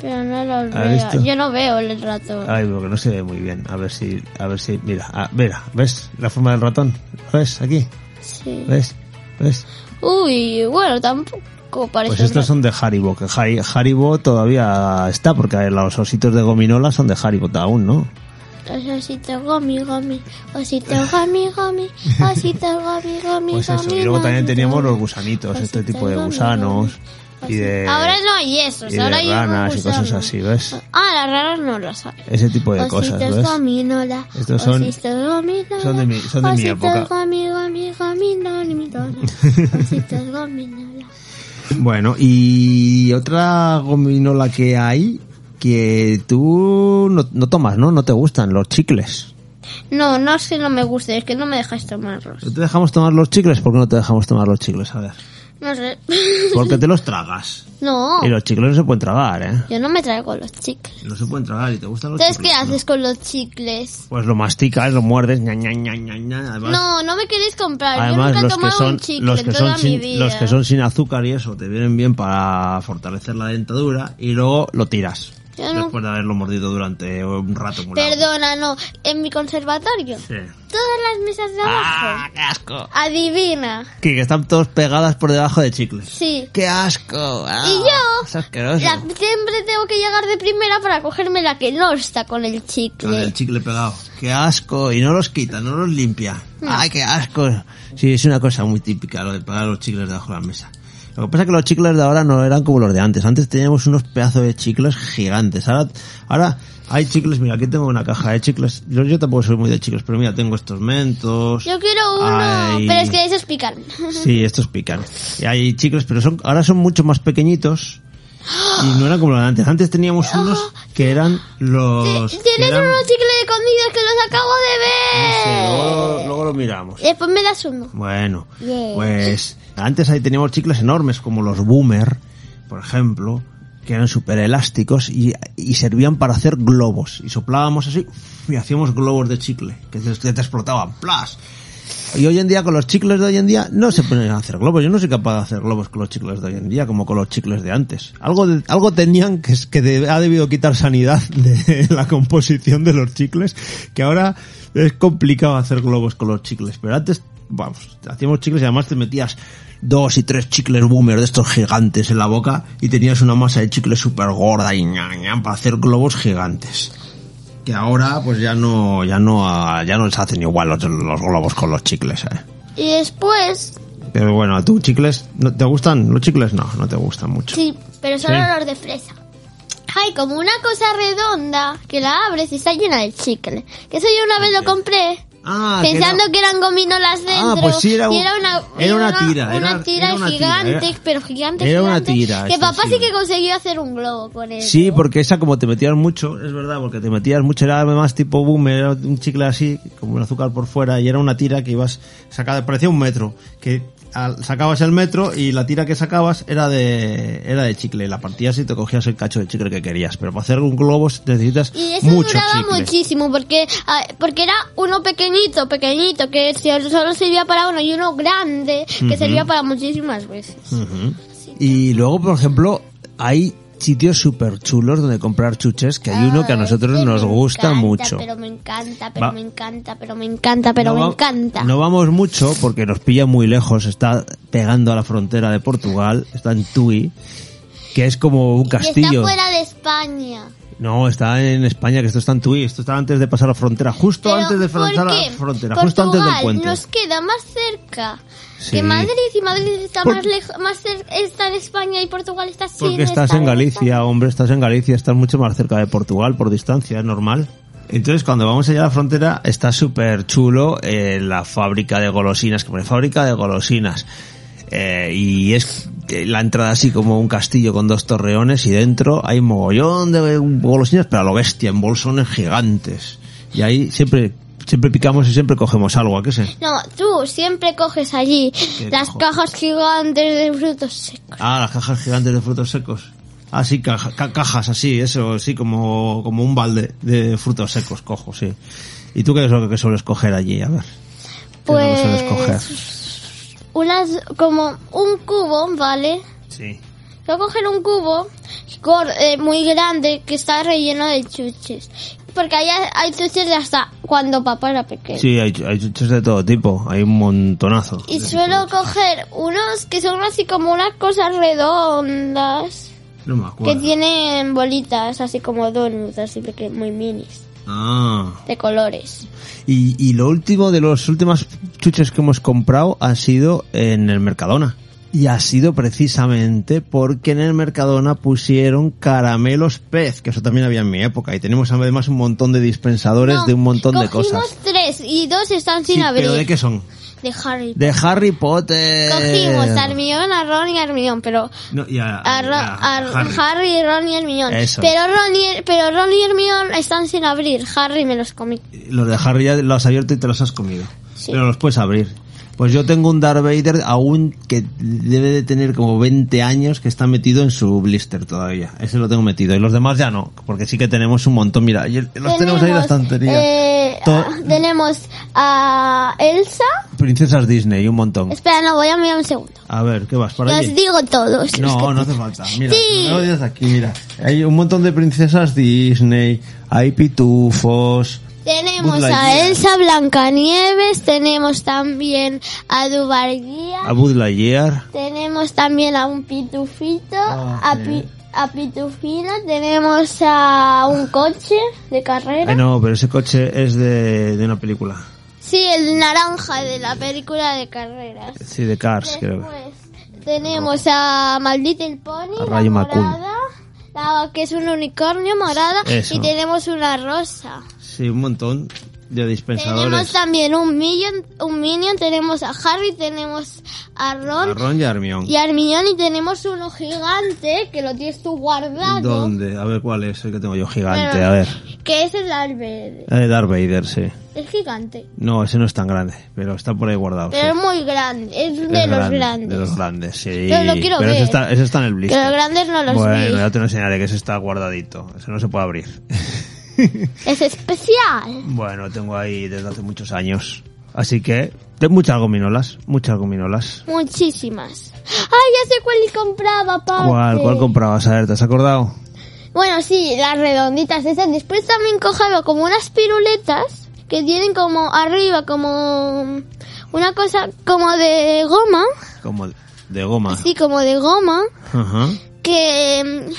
Pero no lo
¿Has
veo.
visto? Ah.
Yo no veo el rato.
Ay, porque no se ve muy bien. A ver si, a ver si, mira, ah, mira, ¿ves la forma del ratón? ¿Lo ¿Ves? Aquí.
Sí.
¿Ves? ¿Ves?
Uy, bueno, tampoco parece.
Pues estos
un
son de Haribo, que Hari- Haribo todavía está, porque los ositos de gominola son de Haribo aún, ¿no?
rato. Los Osito gomi gomi,
*laughs*
osito gomi gomi, osito gomi gomi.
Pues eso,
gomi,
y luego también
gomi,
teníamos
gomi.
los gusanitos, este
Osito
tipo de
gomi,
gusanos
gomi.
y de,
Pues Ahora no hay esos,
y de
ahora hay
ranas y
gusanos.
cosas así, ¿ves?
Ah, las raras no las hay.
Ese tipo de cosas,
Ositos
¿ves?
gominola,
Estos son-
ositos gominola,
son de mi- son de mi
ositos
época.
gomi, gomi,
*laughs*
gominola, gominola, ositos gominola.
Bueno, y otra gominola que hay que tú no, no tomas, ¿no? No te gustan los chicles.
No, no es que no me guste, es que no me dejáis tomarlos.
¿No te dejamos tomar los chicles? ¿Por qué no te dejamos tomar los chicles? A ver.
No sé. *laughs*
Porque te los tragas.
no,
Y los chicles no se pueden tragar, ¿eh?
yo no me traigo los chicles.
No se pueden tragar y te gustan los
Entonces, ¿qué
chicles. ¿no?
haces con los chicles?
Pues lo masticas, lo muerdes, ña, ña, ña, ña, ña. Además,
No, no me queréis comprar.
además,
yo nunca he
los, que
tomado
son,
un chicle
los, que
en
son
toda mi
sin,
vida.
los que son sin azúcar y eso te vienen bien para fortalecer la dentadura y luego lo tiras.
Yo no-
Después de haberlo mordido durante un rato. muy largo.
Perdona, no. En mi conservatorio.
Sí.
Todas las mesas de
¡Ah,
abajo.
qué asco!
Adivina.
Que que están todos pegadas por debajo de chicles.
Sí.
¡Qué asco! Ah,
Y yo,
Es asqueroso.
La- siempre tengo que llegar de primera para cogerme la que no está con el
Con
chicle.
el chicle pegado. ¡Qué asco! Y no los quita, no los limpia. ¡Ay, qué asco! Sí, es una cosa muy típica lo de pegar los chicles debajo de la mesa. Lo que pasa es que los chicles de ahora no eran como los de antes. Antes teníamos unos pedazos de chicles gigantes. Ahora, ahora hay chicles, mira, aquí tengo una caja de chicles. Yo, yo tampoco soy muy de chicles, pero mira, tengo estos mentos.
Yo quiero uno,
Ay.
pero es que eso es picarme.
Sí, estos pican. Y hay chicles, pero son ahora son mucho más pequeñitos. Y no eran como los de antes. Antes teníamos unos que eran los...
*laughs*
que
Tienes
eran-
Ah. unos chicles escondidos que los acabo de
Sí,
ver.
luego, luego lo miramos.
Después me das uno.
Bueno,
Yeah.
pues antes ahí teníamos chicles enormes como los Boomer, por ejemplo, que eran súper elásticos y, y servían para hacer globos. Y soplábamos así y hacíamos globos de chicle, que te, que te explotaban. ¡Plas! Y hoy en día, con los chicles de hoy en día, no se ponen a hacer globos. Yo no soy capaz de hacer globos con los chicles de hoy en día, como con los chicles de antes. Algo, de- algo tenían que, es- que de- ha debido quitar sanidad *laughs* de la composición de los chicles, que ahora es complicado hacer globos con los chicles. Pero antes, vamos, hacíamos chicles y además te metías dos y tres chicles boomer de estos gigantes en la boca y tenías una masa de chicles súper gorda y ña, ña, para hacer globos gigantes que ahora pues ya no ya no ah, ya no se hacen igual los, los globos con los chicles ¿eh?
Y después,
pero bueno ¿a tú chicles no te gustan los chicles no no te gustan mucho
sí, pero solo
Sí.
los de fresa. Hay como una cosa redonda que la abres y está llena de chicle. Que eso yo una vez lo compré.
ah que
Pensando
no.
que, eran gominolas dentro.
Ah, pues sí, era
y
un-
era una,
era
y
una tira, era-
Una tira
era una tira,
gigante,
era-
pero gigante.
era una
gigante,
tira,
Que
esto
papá
sí.
sí que consiguió hacer un globo con él.
sí pues, porque esa como te metías mucho es verdad porque te metías mucho era más tipo boomer era un chicle así como el azúcar por fuera y era una tira que ibas sacada parecía un metro que al- sacabas el metro y la tira que sacabas era de era de chicle la partías y te cogías el cacho de chicle que querías pero para hacer un globo necesitas
Y eso
mucho
duraba
chicle
muchísimo porque, ah, porque era uno pequeñito, pequeñito, que se- solo servía para uno y uno grande, que servía para muchísimas veces.
Y luego, por ejemplo, hay sitios súper chulos donde comprar chuches, que hay uno que a
Ay,
nosotros
que
nos
me
gusta
encanta,
mucho.
Pero me encanta, pero
Va-
me encanta, pero me encanta, pero
No
me
va-
encanta.
No vamos mucho porque nos pilla muy lejos, está pegando a la frontera de Portugal, está en Tui, que es como un
Y
castillo.
está fuera de España.
No, está en España, que esto está en Tui, esto está antes de pasar la frontera, justo
Pero,
antes de
¿por
pasar la
qué?
frontera,
Portugal
justo antes del puente.
nos queda más cerca
Sí.
que Madrid y Madrid está
Por-
más lejos, más cerca, está en España y Portugal está sin
Porque estás
estar
en Galicia, hombre, estás en Galicia, estás mucho más cerca de Portugal por distancia, es normal. Entonces, cuando vamos allá a la frontera, está súper chulo eh, la fábrica de golosinas, que pone fábrica de golosinas. Eh, y es eh, la entrada así como un castillo con dos torreones y dentro hay mogollón de golosinas, pero a lo bestia, en bolsones gigantes. Y ahí siempre, siempre picamos y siempre cogemos algo, ¿a qué sé?
No, tú siempre coges allí las
cojo?
cajas gigantes de frutos secos.
Ah, las cajas gigantes de frutos secos. Ah, sí, caja- ca- cajas así, eso, sí, como, como un balde de frutos secos, cojo, sí. ¿Y tú qué es lo que sueles coger allí? A ver. ¿Qué es lo que sueles coger?
Pues unas como un cubo, ¿vale?
Sí.
Voy a coger un cubo gor- eh, muy grande que está relleno de chuches. Porque allá hay chuches de hasta cuando papá era pequeño.
Sí, hay, hay chuches de todo tipo, hay un montonazo.
Y suelo coger unos que son así como unas cosas redondas
No me
que
acuerdo.
tienen bolitas así como donuts, así peque- muy minis,
Ah.
de colores.
Y, y lo último de los últimos chuches que hemos comprado ha sido en el Mercadona. Y ha sido precisamente porque en el Mercadona pusieron caramelos pez, que eso también había en mi época. Y tenemos además un montón de dispensadores
No,
de un montón de
cogimos
cosas.
tres y dos están sin
Sí,
abrir.
¿Pero de qué son?
de Harry
De Harry Potter.
Cogimos a Hermione, a Ron y a Hermione, pero
No, y a-
a, Ro-
y a
a Harry. y Ron y Hermione.
Eso.
Pero Ron y, pero Ron y Hermione están sin abrir. Harry me los comí.
Los de Harry ya los has abierto y te los has comido.
Sí.
Pero los puedes abrir. Pues yo tengo un Darth Vader aún que debe de tener como 20 años que está metido en su blister todavía. Ese lo tengo metido. Y los demás ya no, porque sí que tenemos un montón. Mira, y el- los tenemos, ahí en la estantería.
eh,
To-
ah, tenemos a Elsa.
Princesas Disney, un montón.
Espera, no, voy a mirar un segundo.
A ver, ¿qué vas? ¿Por
Los
allí?
digo todos. los
No,
que-
no hace falta. Mira,
Sí.
no lo tienes aquí, mira. Hay un montón de princesas Disney, hay pitufos.
Tenemos
Buzz
a
Lightyear.
Elsa Blancanieves, tenemos también a
A
Dubarguía,
Buzz Lightyear.
tenemos también a un pitufito,
Ah,
a,
sí.
pi- a pitufina, tenemos a un coche de carrera.
Ay, no, pero ese coche es de, de una película.
Sí, el naranja de la película de carreras.
Sí, de Cars, creo.
Después tenemos a Maldita el Pony,
A Rayo
la
McQueen.
morada, la- que es un unicornio morada,
Eso.
y tenemos una rosa.
Sí, un montón de
Tenemos
dispensadores.
también un minion, un minion, tenemos a Harry, tenemos a Ron,
A Ron y a Hermione.
y a Hermione y tenemos uno gigante que lo tienes tú guardado,
¿Dónde? A ver, ¿cuál es el que tengo yo? Gigante,
Bueno.
a ver.
que es el Albert.
Eh, Darth Vader, sí.
Es gigante,
No, ese no es tan grande, pero está por ahí guardado.
pero es
sí.
muy grande, es de
Es
los
grande,
grandes.
De los grandes, sí.
Yo lo quiero
pero
ver.
Ese está, ese está en el blister.
Que los grandes no los
bueno,
veis.
ya te lo enseñaré, que ese está guardadito. Ese no se puede abrir. *laughs*
Es especial.
Bueno, lo tengo ahí desde hace muchos años. Así que, tengo muchas gominolas, muchas gominolas.
Muchísimas. Ay, ya sé cuál compraba, papá.
¿Cuál, cuál comprabas? A ver, ¿te has acordado?
Bueno, sí, las redonditas esas. Después también cojaba como unas piruletas que tienen como arriba como una cosa como de goma,
Como de goma.
sí, como de goma,
Ajá.
que mm,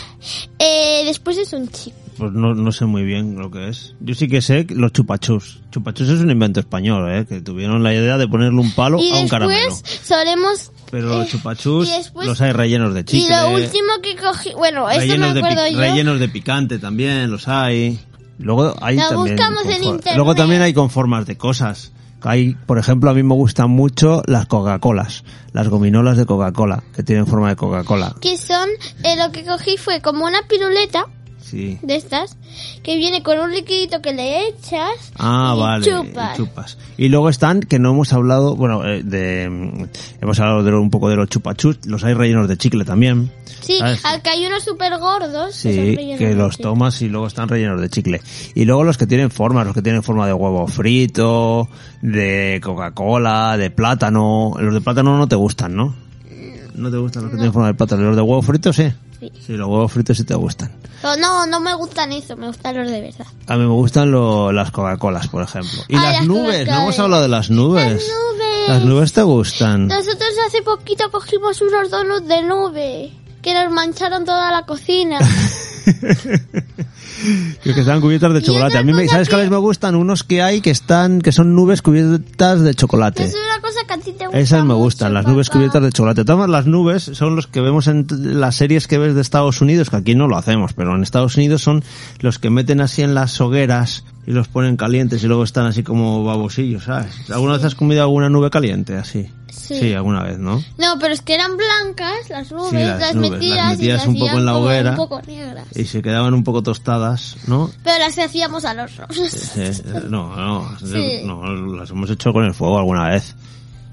eh, después es un chip.
Pues no, no sé muy bien lo que es. Yo sí que sé que los chupachus. Chupachus es un invento español, ¿eh? Que tuvieron la idea de ponerle un palo
Y
a ah, un caramelo.
después solemos...
Pero los
eh,
chupachus
y después-
los hay rellenos de chicle.
y lo último que cogí, bueno, eso me
rellenos, de,
acuerdo
pic-
yo.
rellenos de picante también los hay. Luego hay
La
también
buscamos en
for-
internet.
Luego también hay con formas de cosas. Hay, por ejemplo, a mí me gustan mucho las Coca-Colas, las gominolas de Coca-Cola, que tienen forma de Coca-Cola.
Que son, eh, lo que cogí fue como una piruleta
Sí.
de estas, que viene con un liquidito que le echas
Ah,
y
vale.
chupas.
Y chupas. Y luego están que no hemos hablado, bueno, eh, de mm, hemos hablado de lo- un poco de los chupachus, los hay rellenos de chicle también.
Sí,
¿sabes?
al que hay unos súper gordos.
Ah, Sí, que los tomas y luego están rellenos de chicle. Y luego los que tienen formas, los que tienen forma de huevo frito, de Coca-Cola, de plátano. Los de plátano no te gustan, ¿no? No te gustan los que tienen forma de plátano. Los de huevo frito sí.
Mm, Sí.
los huevos fritos sí te gustan.
No, no, no me gustan eso, me gustan los de verdad.
A mí me gustan lo- las Coca-Colas, por ejemplo. Y
Ah,
las,
las
nubes, no
Coca-Colas.
hemos hablado de las nubes.
Las nubes.
Las nubes te gustan.
Nosotros hace poquito cogimos unos donuts de nube que nos mancharon toda
*laughs*
la cocina.
Y que están cubiertas de
Y
chocolate.
otra
A mí, me,
cosa
¿sabes
que-
cuáles me gustan? Unos que hay que están, que son nubes cubiertas de chocolate.
es una cosa que a ti te gusta.
Esas me gustan, las nubes cubiertas de chocolate. Todas las nubes son los que vemos en t- las series que ves de Estados Unidos, que aquí no lo hacemos, pero en Estados Unidos son los que meten así en las hogueras y los ponen calientes y luego están así como babosillos, ¿sabes? ¿Alguna vez has comido alguna nube caliente así?
Sí.
alguna vez, ¿no?
No, pero es que eran blancas las nubes,
las
las,
nubes,
metías,
las
y
metías
las
un poco
hacían
en la
como
hoguera.
Un poco negras.
Y se quedaban un poco tostadas, ¿no?
Pero las hacíamos al horno.
Eh, no, no,
Sí.
no, las hemos hecho con el fuego alguna vez.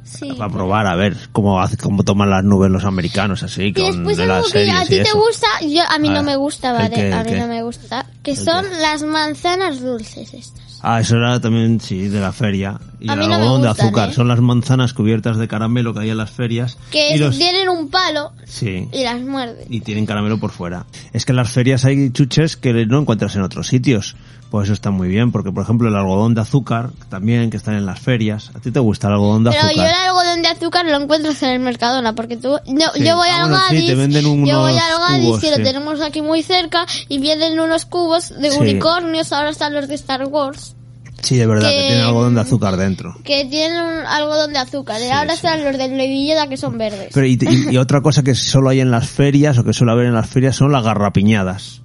sí.
Para probar, a ver cómo, hace- cómo toman las nubes los americanos, así,
Y
con
después
de
algo
las
que
series
a
y
ti te
eso.
gusta, yo, a mí
Ah,
no me gusta,
¿el
¿vale?
qué, el
a mí
qué?
no me gusta. Que son las manzanas dulces estas.
Ah, eso era también, sí, de la feria. Y
A
el
mí no me
algodón de
gustan,
azúcar.
¿eh?
Son las manzanas cubiertas de caramelo que hay en las ferias.
Que
y los-
tienen un palo
Sí.
y las muerden.
Y tienen caramelo por fuera. Es que en las ferias hay chuches que no encuentras en otros sitios. Pues eso está muy bien, porque por ejemplo el algodón de azúcar, también que están en las ferias. ¿A ti te gusta el algodón de
Pero yo el
azúcar?
algodón de azúcar lo encuentras en el Mercadona, porque tú... Yo,
Sí.
yo voy
Ah,
al
bueno, sí,
Gadis,
te venden
yo voy
unos
al Gadis
cubos,
y lo
sí.
tenemos aquí muy cerca, y vienen unos cubos de
Sí.
unicornios, ahora están los de Star Wars,
Sí, de verdad, que...
que-
tiene algodón de azúcar dentro.
que tienen un algodón de azúcar, y ahora están los de Levilleda, que son verdes.
Pero y, y-
*laughs*
y otra cosa que solo hay en las ferias, o que suele haber en las ferias, son las garrapiñadas.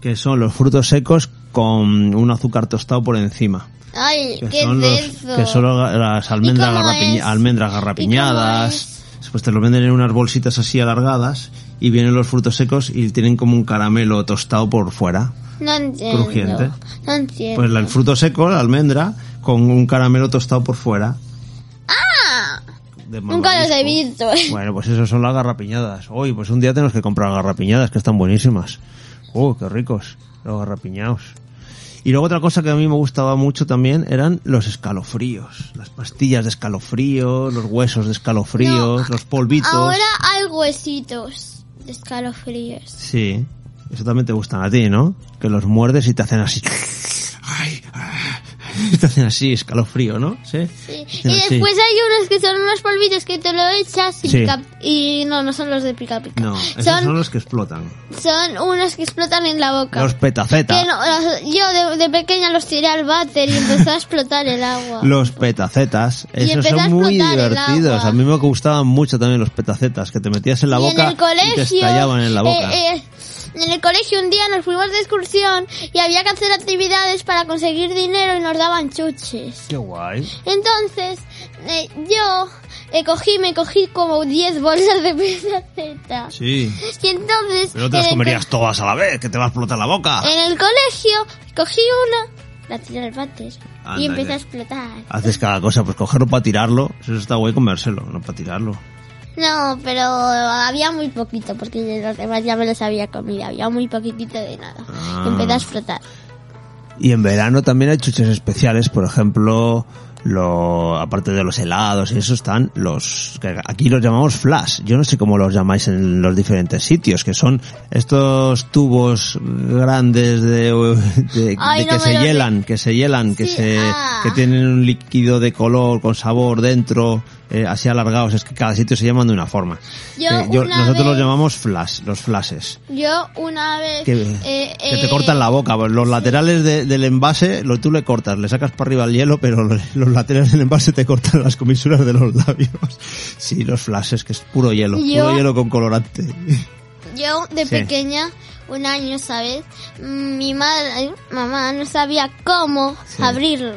Que son los frutos secos con un azúcar tostado por encima.
Ay,
que
qué
son los-
denso.
que son los- las almendras,
cómo
garrapiña-
es?
almendras garrapiñadas. Después te los venden en unas bolsitas así alargadas y vienen los frutos secos y tienen como un caramelo tostado por fuera.
No entiendo.
Crujiente.
No entiendo.
Pues la- el fruto seco, la almendra, con un caramelo tostado por fuera. De
Ah, Nunca los he
malvavisco.
visto.
Bueno, pues eso son las garrapiñadas. Hoy, pues un día tenemos que comprar garrapiñadas, que están buenísimas. ¡Uh, qué ricos! Los garrapiñados. Y luego otra cosa que a mí me gustaba mucho también eran los escalofríos. Las pastillas de escalofríos, los huesos de escalofríos, los polvitos.
Ahora hay huesitos de escalofríos.
Sí. Eso también te gustan a ti, ¿no? Que los muerdes y te hacen así. Ay, ah. te hacen así, escalofrío, ¿no? Sí.
Sí.
Te hacen
Y
así.
después hay unos que son unos polvitos que te lo echas y,
Sí.
pica- y no, no son los de pica pica.
No, esos son...
son,
los que explotan.
son unos que explotan en la boca.
Los petaceta.
Que no, los- yo de, de pequeña los tiré al váter y empezó a explotar el agua.
Los petacetas,
Y
esos
empezó a
son muy
explotar el
divertidos.
agua.
A mí me gustaban mucho también los petacetas, que te metías en la
y
boca
en el
y te
colegio,
estallaban en la boca.
eh, eh, en el colegio un día nos fuimos de excursión y había que hacer actividades para conseguir dinero y nos daban chuches.
Qué guay.
Entonces, eh, yo eh, cogí, me cogí como 10 bolsas de petaceta.
Sí.
Y entonces...
Pero no te las
en el
comerías todas a la vez, que te va a explotar la boca.
co- En el colegio cogí una, la tiré al váter
Anda,
y empezó
ya.
a explotar.
Haces cada cosa, pues cogerlo para tirarlo. Eso está guay comérselo, no para tirarlo.
No, pero había muy poquito, porque los demás ya me los había comido. Había muy poquitito de nada.
Ah.
Empezó a explotar.
Y en verano también hay chuches especiales, por ejemplo, lo, aparte de los helados y eso están los, que aquí los llamamos flash, yo no sé cómo los llamáis en los diferentes sitios, que son estos tubos grandes de, de-
Ay,
de
no
que,
me
se
lo
hielan, que se hielan, que
Sí,
se
ah.
que tienen un líquido de color con sabor dentro, eh, así alargados, es que cada sitio se llaman de una forma.
Yo
Eh,
una
nosotros los
vez-
llamamos flash, los flashes
Yo una vez...
que,
eh,
que te
eh,
cortan la boca. Pues Los laterales de- del envase, lo, tú le cortas, le sacas para arriba el hielo, pero los, los laterales del envase te cortan las comisuras de los labios. Sí, los flashes, que es puro hielo,
Yo-
puro hielo con colorante.
eh, Yo de
Sí.
pequeña, un año, ¿sabes? Mm, Mi madre, mamá no sabía cómo
Sí.
abrirlo.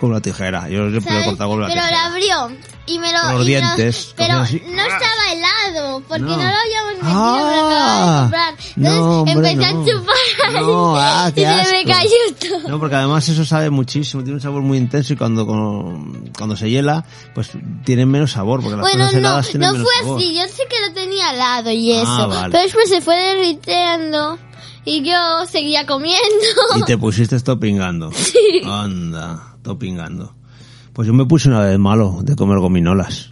Con una tijera. Yo siempre lo he
¿sabes?
cortado con
Pero
una
lo
tijera.
abrió y me lo...
Con los
y me lo-
dientes,
pero no
cogía así.
estaba helado, porque
No.
no, lo habíamos metido, me lo acababa de
Ah,
comprar. Entonces
no, hombre,
empecé
no.
a chupar
No, ah, qué
y se me
asco.
cayó todo.
No, porque además eso sabe muchísimo, tiene un sabor muy intenso y cuando, con- cuando se hiela, pues tiene menos sabor, porque las
Bueno,
cosas
no,
heladas tienen
no
menos
fue
sabor.
así. Yo sé que lo tenía al lado y
Ah,
eso.
vale.
Pero después se fue derritiendo y yo seguía *laughs* comiendo.
Y te pusiste topingando. Anda, topingando. Pues yo me puse una vez malo de comer gominolas.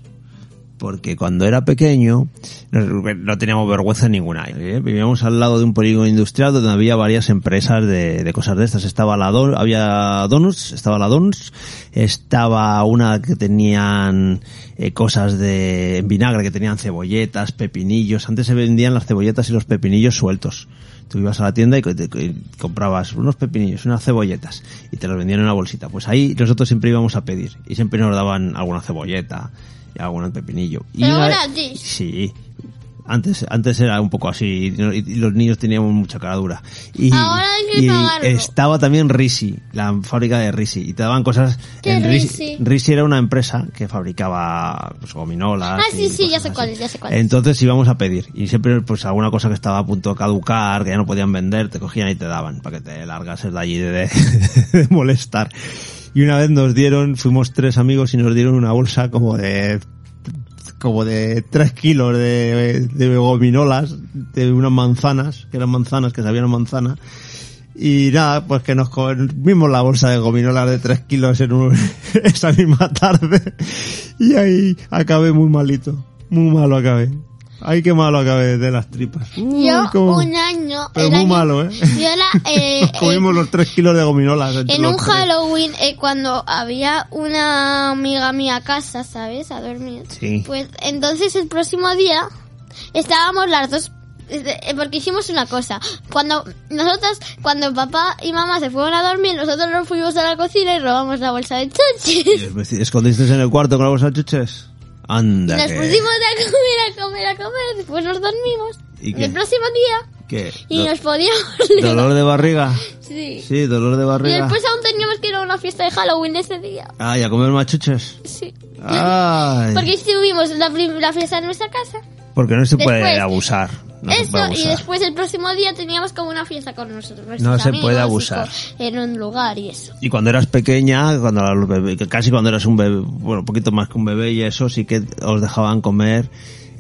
Porque cuando era pequeño no, no teníamos vergüenza ninguna. ¿eh? Vivíamos al lado de un polígono industrial donde había varias empresas de, de cosas de estas. Estaba la Don- había Donuts, estaba la Donuts, estaba una que tenían eh, cosas de en vinagre, que tenían cebolletas, pepinillos. Antes se vendían las cebolletas y los pepinillos sueltos. Tú ibas a la tienda y, co- te- co- y comprabas unos pepinillos, unas cebolletas y te los vendían en una bolsita. Pues ahí nosotros siempre íbamos a pedir y siempre nos daban alguna cebolleta y algún pepinillo. Y
Pero
una-
gratis.
Sí. Antes, antes era un poco así, y no- y los niños teníamos mucha caradura. Y,
Ahora hay que
y
pagarlo.
estaba también Risi, la fábrica de Risi, y te daban cosas...
¿Qué
en
Risi?
Risi era una empresa que fabricaba pues, gominolas... y
Ah, sí, sí, ya
cosas pues
sé
así.
cuál es, ya sé cuál es.
Entonces íbamos a pedir, y siempre pues alguna cosa que estaba a punto de caducar, que ya no podían vender, te cogían y te daban, para que te largases de allí de, *laughs* de molestar. Y una vez nos dieron, fuimos tres amigos y nos dieron una bolsa como de como de 3 kilos de, de gominolas, de unas manzanas, que eran manzanas, que sabían a manzana. Y nada, pues que nos comimos la bolsa de gominolas de 3 kilos en un- *laughs* esa misma tarde. Y ahí acabé muy malito, muy malo acabé. Ay, qué malo acabé de las tripas. Uy,
*laughs* Yo
Mm, cómo-
un año...
Pero
el
muy
año-
malo, ¿eh?
Yo la... eh,
*laughs* Nos comimos
eh,
los 3 kilos de gominolas. entre
En
los
un
tres.
Halloween, eh, cuando había una amiga mía a casa, ¿sabes? A dormir.
Sí.
Pues entonces el próximo día estábamos las dos. eh, Porque hicimos una cosa. Cuando nosotras, cuando papá y mamá se fueron a dormir, nosotros nos fuimos a la cocina y robamos la bolsa de chuches.
¿Y ¿Escondisteis en el cuarto con la bolsa de chuches?
Y
Anda.
nos
que-
pusimos a comer, a comer, a comer. Después nos dormimos.
¿Y
¿Y
qué?
el próximo día
¿Qué?
Y
Do-
nos podíamos...
¿Dolor de barriga?
*laughs* Sí.
Sí, dolor de
Y
barriga.
después aún teníamos que ir a una fiesta de Halloween ese día.
Ay, a comer machuches.
Sí.
Ay.
Porque estuvimos la, prim- la fiesta en nuestra casa.
Porque no se puede
Después,
abusar. No se puede
Eso, y
abusar.
después el próximo día teníamos como una fiesta con nosotros.
No
nuestros
se
amigos
puede
y
abusar.
con- En un lugar y eso.
Y cuando eras pequeña, cuando eras bebé- que casi cuando eras un bebé, bueno, un poquito más que un bebé y eso, sí que os dejaban comer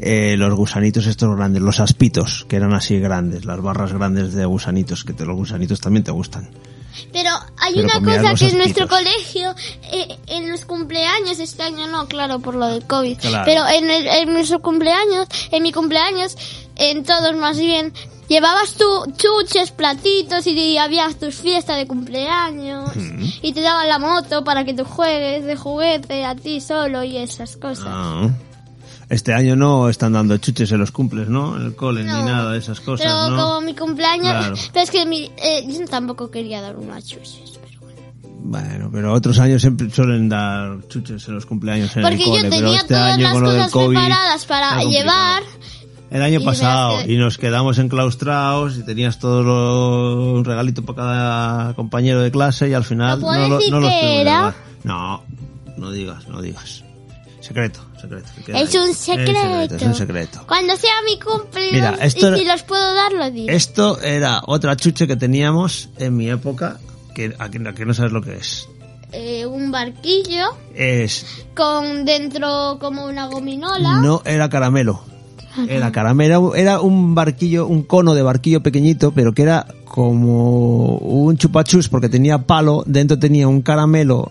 eh, los gusanitos estos grandes, los aspitos, que eran así grandes, las barras grandes de gusanitos, que te, los gusanitos también te gustan.
Pero hay
Pero
una
comía
cosa
los
que en nuestro
aspitos.
colegio, eh, en los cumpleaños, este año no, claro, por lo del COVID,
Claro.
pero en, el- en nuestro cumpleaños, en mi cumpleaños, en todos más bien, llevabas tú chuches, platitos y habías tus fiestas de cumpleaños y te daban la moto para que tú juegues de juguete a ti solo y esas cosas.
Ah. Este año no están dando chuches en los cumples, ¿no? En el cole,
No.
ni nada de esas cosas,
pero
¿no?
como mi cumpleaños,
Claro.
*laughs* pero es que mi- eh, yo tampoco quería dar unas chuches. pero bueno.
Bueno, pero otros años siempre suelen dar chuches en los cumpleaños en el
Porque
cole,
yo
pero
tenía
este
todas
año
las
con lo del
cosas
COVID
preparadas para
está complicado.
llevar.
El año
Y
pasado,
verás, eh.
y nos quedamos enclaustrados, y tenías todo lo- un regalito para cada compañero de clase, y al final
¿No puedo
no, lo-
decir
no los
qué
pudimos
era?
llevar. No, no digas, no digas. Secreto, secreto. que queda
Es
ahí.
un
Es secreto,
secreto.
Es un secreto.
Cuando sea mi cumpleaños
Mira, esto Eh.
y
era-
si los puedo dar, lo diré.
Esto era otra chuche que teníamos en mi época, que aquí, aquí no sabes lo que es.
Eh, un barquillo
Es,
con dentro como una gominola.
no era caramelo. Era caramelo, era un barquillo, un cono de barquillo pequeñito, pero que era como un chupachus porque tenía palo, dentro tenía un caramelo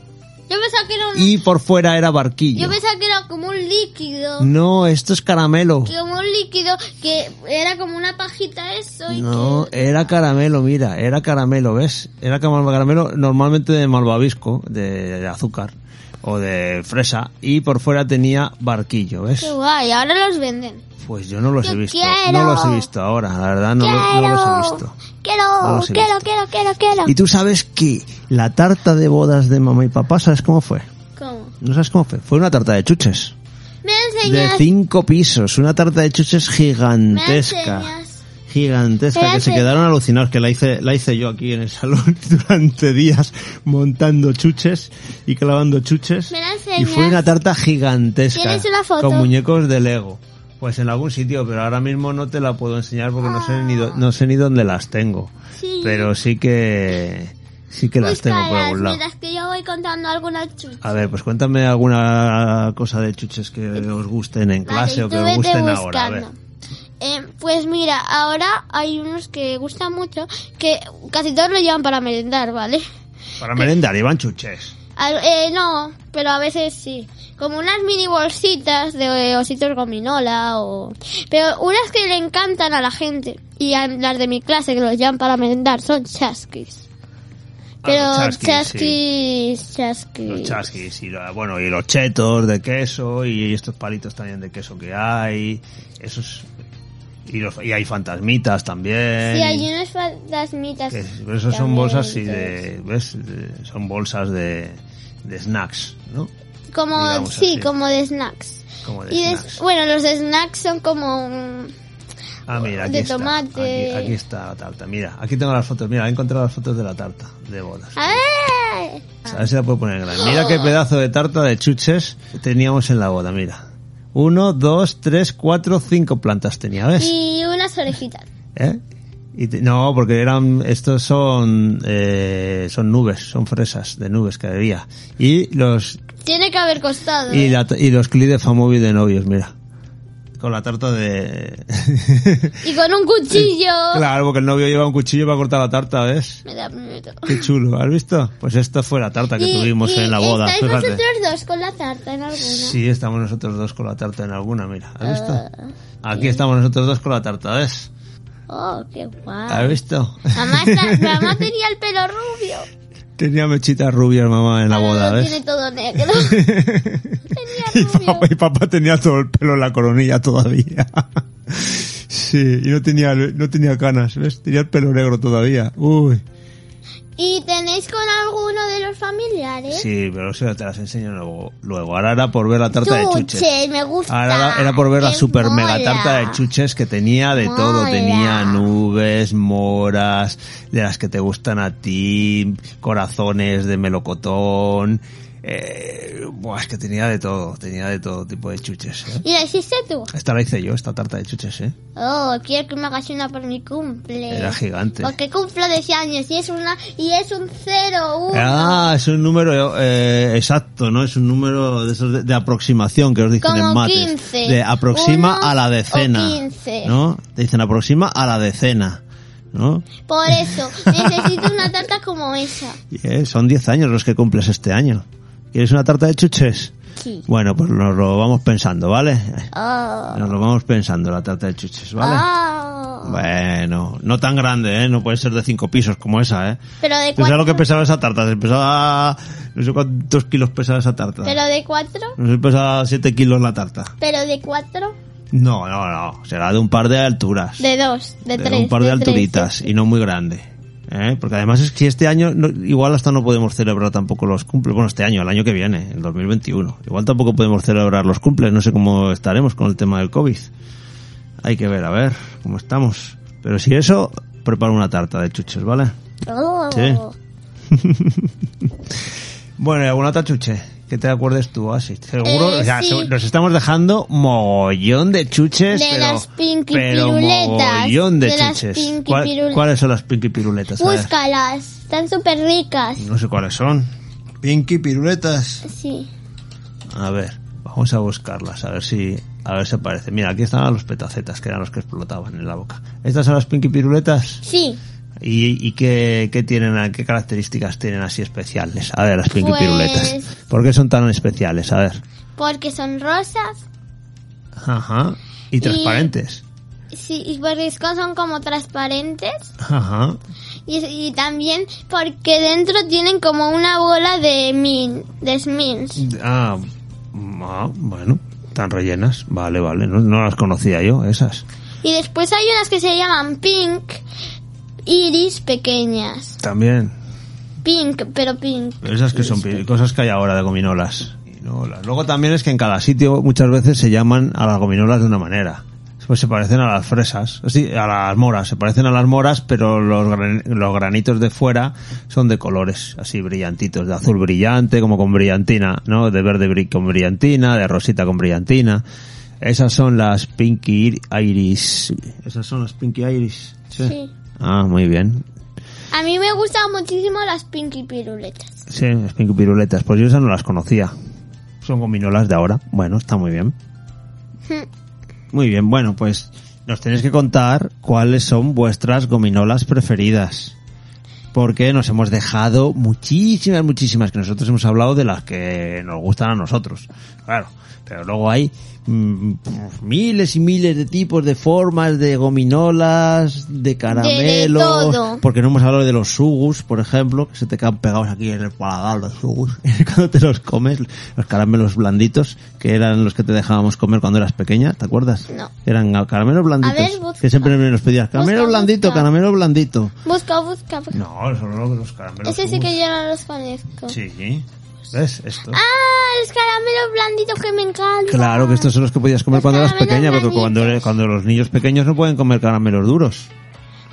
Yo pensaba que era un-
y por fuera era barquillo.
yo pensaba que era como un líquido.
No, esto es caramelo.
que Como un líquido que era como una pajita eso y
No,
que-
era caramelo, mira, era caramelo, ¿ves? Era cam- caramelo normalmente de malvavisco, de, de azúcar o de fresa y por fuera tenía barquillo, ¿ves?
Qué guay, ahora los venden.
Pues yo no los
Yo
he visto,
quiero.
no los he visto ahora, la verdad no, lo- no los he visto.
Quiero,
No los he
quiero,
visto.
quiero, quiero, quiero.
Y tú sabes que la tarta de bodas de mamá y papá, ¿sabes cómo fue?
¿Cómo?
¿No sabes cómo fue? Fue una tarta de chuches.
Me
De
enseñas.
cinco pisos, una tarta de chuches gigantesca.
Me enseñas.
Gigantesca, que se
Espérate.
quedaron alucinados, que la hice, la hice yo aquí en el salón *laughs* durante días montando chuches y clavando chuches.
Me la
Y
enseñas.
fue una tarta gigantesca.
¿Tienes una foto?
Con muñecos de Lego. Pues en algún sitio, pero ahora mismo no te la puedo enseñar porque no sé ni, do- no sé ni dónde las tengo.
Sí.
Pero sí que, sí que las tengo por
Búscalas
algún lado.
mientras que yo voy contando algunas chuches.
A ver, pues cuéntame alguna cosa de chuches que os gusten en clase
Vale,
o
tú
que os
vete
gusten ahora. A ver.
buscando. Eh, pues mira, ahora hay unos que gustan mucho, que casi todos lo llevan para merendar, ¿vale?
Para merendar, Iván chuches.
Al- eh, no, pero a veces sí. Como unas mini bolsitas de ositos gominola o... Pero unas que le encantan a la gente y a las de mi clase que los llaman para merendar son chasquis. Pero
Ah, los chasquis,
chasquis, chasquis,
Los chasquis y, la- bueno, y los chetos de queso y estos palitos también de queso que hay. Esos. Y, los, y hay fantasmitas también.
Sí, hay unas fantasmitas.
Que- pero esos son
también,
bolsas y
entonces.
de, ¿ves? De- son bolsas de, de snacks, ¿no?
Como,
digamos
sí,
así.
como de snacks.
Como de
y de-
snacks.
bueno, los snacks son como... mm,
Ah, mira, aquí
de
está.
tomate.
Aquí, aquí está la tarta. Mira, aquí tengo las fotos. Mira, he encontrado las fotos de la tarta de bodas.
¡A
*laughs*
ver!
A ver si la puedo poner grande. Mira qué pedazo de tarta de chuches teníamos en la boda, mira. Uno, dos, tres, cuatro, cinco plantas tenía, ¿ves?
Y unas orejitas.
¿Eh? Y te- no, porque eran, estos son, eh, son nubes, son fresas de nubes que había. Y los,
Tiene que haber costado. ¿eh?
y, la, y los clips de Famovi de novios, mira. Con la tarta
*laughs*
de...
Y con
*laughs*
un cuchillo.
claro, porque el novio lleva un cuchillo para cortar la tarta, ¿ves?
Me da miedo.
Qué chulo, ¿has visto? Pues esta fue la tarta que
Y-
tuvimos
y
en la boda,
¿Estáis
fíjate.
vosotros dos con la tarta en alguna?
Sí, estamos nosotros dos con la tarta en alguna, mira. ¿Has visto? Aquí estamos nosotros dos con la tarta, ¿ves?
Oh, qué guay.
¿Has visto?
Mamá, está- mamá tenía el pelo rubio.
*laughs* Tenía mechitas rubias mamá en la
Ahora
boda,
lo
¿ves?
tiene
*laughs*
todo negro.
y,
tenía rubio.
papá, y papá tenía todo el pelo en la coronilla todavía. *laughs* sí, y no tenía, no tenía canas, ¿ves? Tenía el pelo negro todavía. Uy.
¿Y tenéis con alguno de los familiares?
Sí, pero eso te las enseño luego. luego. Ahora era por ver la tarta de chuches.
me gusta.
Ahora era- era por ver la
que
super mega
mola.
tarta de chuches que tenía de todo.
Mola.
Tenía nubes, moras, de las que te gustan a ti, corazones de melocotón. Eh, buah, es que tenía de todo, tenía de todo tipo de chuches. ¿eh?
¿Y la hiciste tú?
Esta la hice yo, esta tarta de chuches, ¿eh?
Oh, quiero que me hagas una por mi cumple.
Era gigante.
Porque cumplo 10 años y es una y es un 0 1.
Ah, es un número eh, exacto, ¿no? Es un número de, esos de, de aproximación que os dicen
Como
en mates.
15,
de aproxima
uno
a la
o
decena.
15.
¿No? Te dicen aproxima a la decena. ¿No? *laughs*
Por eso, necesito una tarta como esa.
Y, eh, son 10 años los que cumples este año. ¿Quieres una tarta de chuches?
Sí.
Bueno, pues nos lo vamos pensando, ¿vale?
Oh.
Nos lo vamos pensando, la tarta de chuches, ¿vale?
Oh.
Bueno, no tan grande, ¿eh? No puede ser de cinco pisos como esa, ¿eh?
Pero de
Pensaba lo que
cuatro.
pesaba esa tarta, se pesaba... No sé cuántos kilos pesaba esa tarta.
Pero de cuatro.
No sé, pesa 7 kilos la tarta.
Pero de cuatro.
No, no, no. Será de un par de alturas.
De dos. De,
De
tres.
un par de,
tres,
alturitas.
sí.
Y no muy grande. ¿eh? Porque además es que este año, no- igual hasta no podemos celebrar tampoco los cumples. Bueno, este año, el año que viene, el 2021. Igual tampoco podemos celebrar los cumples. No sé cómo estaremos con el tema del COVID. Hay que ver, a ver, cómo estamos. Pero si eso, preparo una tarta de chuches, ¿vale?
Oh.
Sí. *laughs* Bueno, y alguna otra chuche que te acuerdes tú, así. Seguro,
Eh,
o sea,
sí.
se- nos estamos dejando mogollón de chuches.
De
pero,
las Pinky
pero
Piruletas,
Mogollón de,
de las
chuches.
Pinky
¿Cuál-
Piruletas.
¿Cuáles son las pinky piruletas? A ver,
Búscalas. Están súper ricas.
no sé cuáles son. Pinky piruletas.
Sí.
A ver, vamos a buscarlas, a ver si, a ver si aparece. Mira, aquí estaban los petacetas, que eran los que explotaban en la boca. ¿Estas son las pinky piruletas?
Sí.
¿Y, y qué, qué tienen, qué características tienen así especiales? A ver, las pinky
Pues-
piruletas. ¿Por qué son tan especiales? A ver.
Porque son rosas.
Ajá. Y transparentes.
Sí. Y porque son como transparentes.
Ajá.
Y, y también porque dentro tienen como una bola de min, de smins.
Ah, ah, bueno, tan rellenas. Vale, vale. No, no las conocía yo, esas.
Y después hay unas que se llaman pink, iris pequeñas.
También.
Pink, pero pink.
Pero esas que son pi- cosas que hay ahora de gominolas. Gominolas. Luego también es que en cada sitio muchas veces se llaman a las gominolas de una manera. Pues se parecen a las fresas, sí, a las moras, se parecen a las moras, pero los, gran- los granitos de fuera son de colores así brillantitos, de azul brillante, como con brillantina, ¿no? De verde bri- con brillantina, de rosita con brillantina. Esas son las Pinky Ir- Iris. Esas son las Pinky Iris. Sí.
Sí.
Ah, muy bien.
A mí me gustan muchísimo las pinky piruletas.
Sí, las Pinky Piruletas. Pues yo esas no las conocía. Son gominolas de ahora. Bueno, está muy *laughs* bien. Muy bien, bueno, pues nos tenéis que contar cuáles son vuestras gominolas preferidas. Porque nos hemos dejado muchísimas, muchísimas que nosotros hemos hablado de las que nos gustan a nosotros. Claro, pero luego hay mm, pf, miles y miles de tipos de formas de gominolas, de caramelos,
todo.
porque no hemos hablado de los sugus, por ejemplo, que se te quedan pegados aquí en el paladar los sugus, *laughs* cuando te los comes, los caramelos blanditos, que eran los que te dejábamos comer cuando eras pequeña, ¿te acuerdas?
No.
Eran caramelos blanditos,
ver, busca.
que siempre me los pedías, caramelo
Busca,
blandito,
busca.
caramelo blandito.
Busca, busca. busca.
No, son los caramelos
Ese sí que yo no los conozco.
Sí, ¿ves? Esto.
Ah, los caramelos blanditos que me encantan.
Claro que estos son los que podías comer
Los
cuando eras
caramelos
pequeña, porque
blanditos.
cuando, cuando los niños pequeños no pueden comer caramelos duros.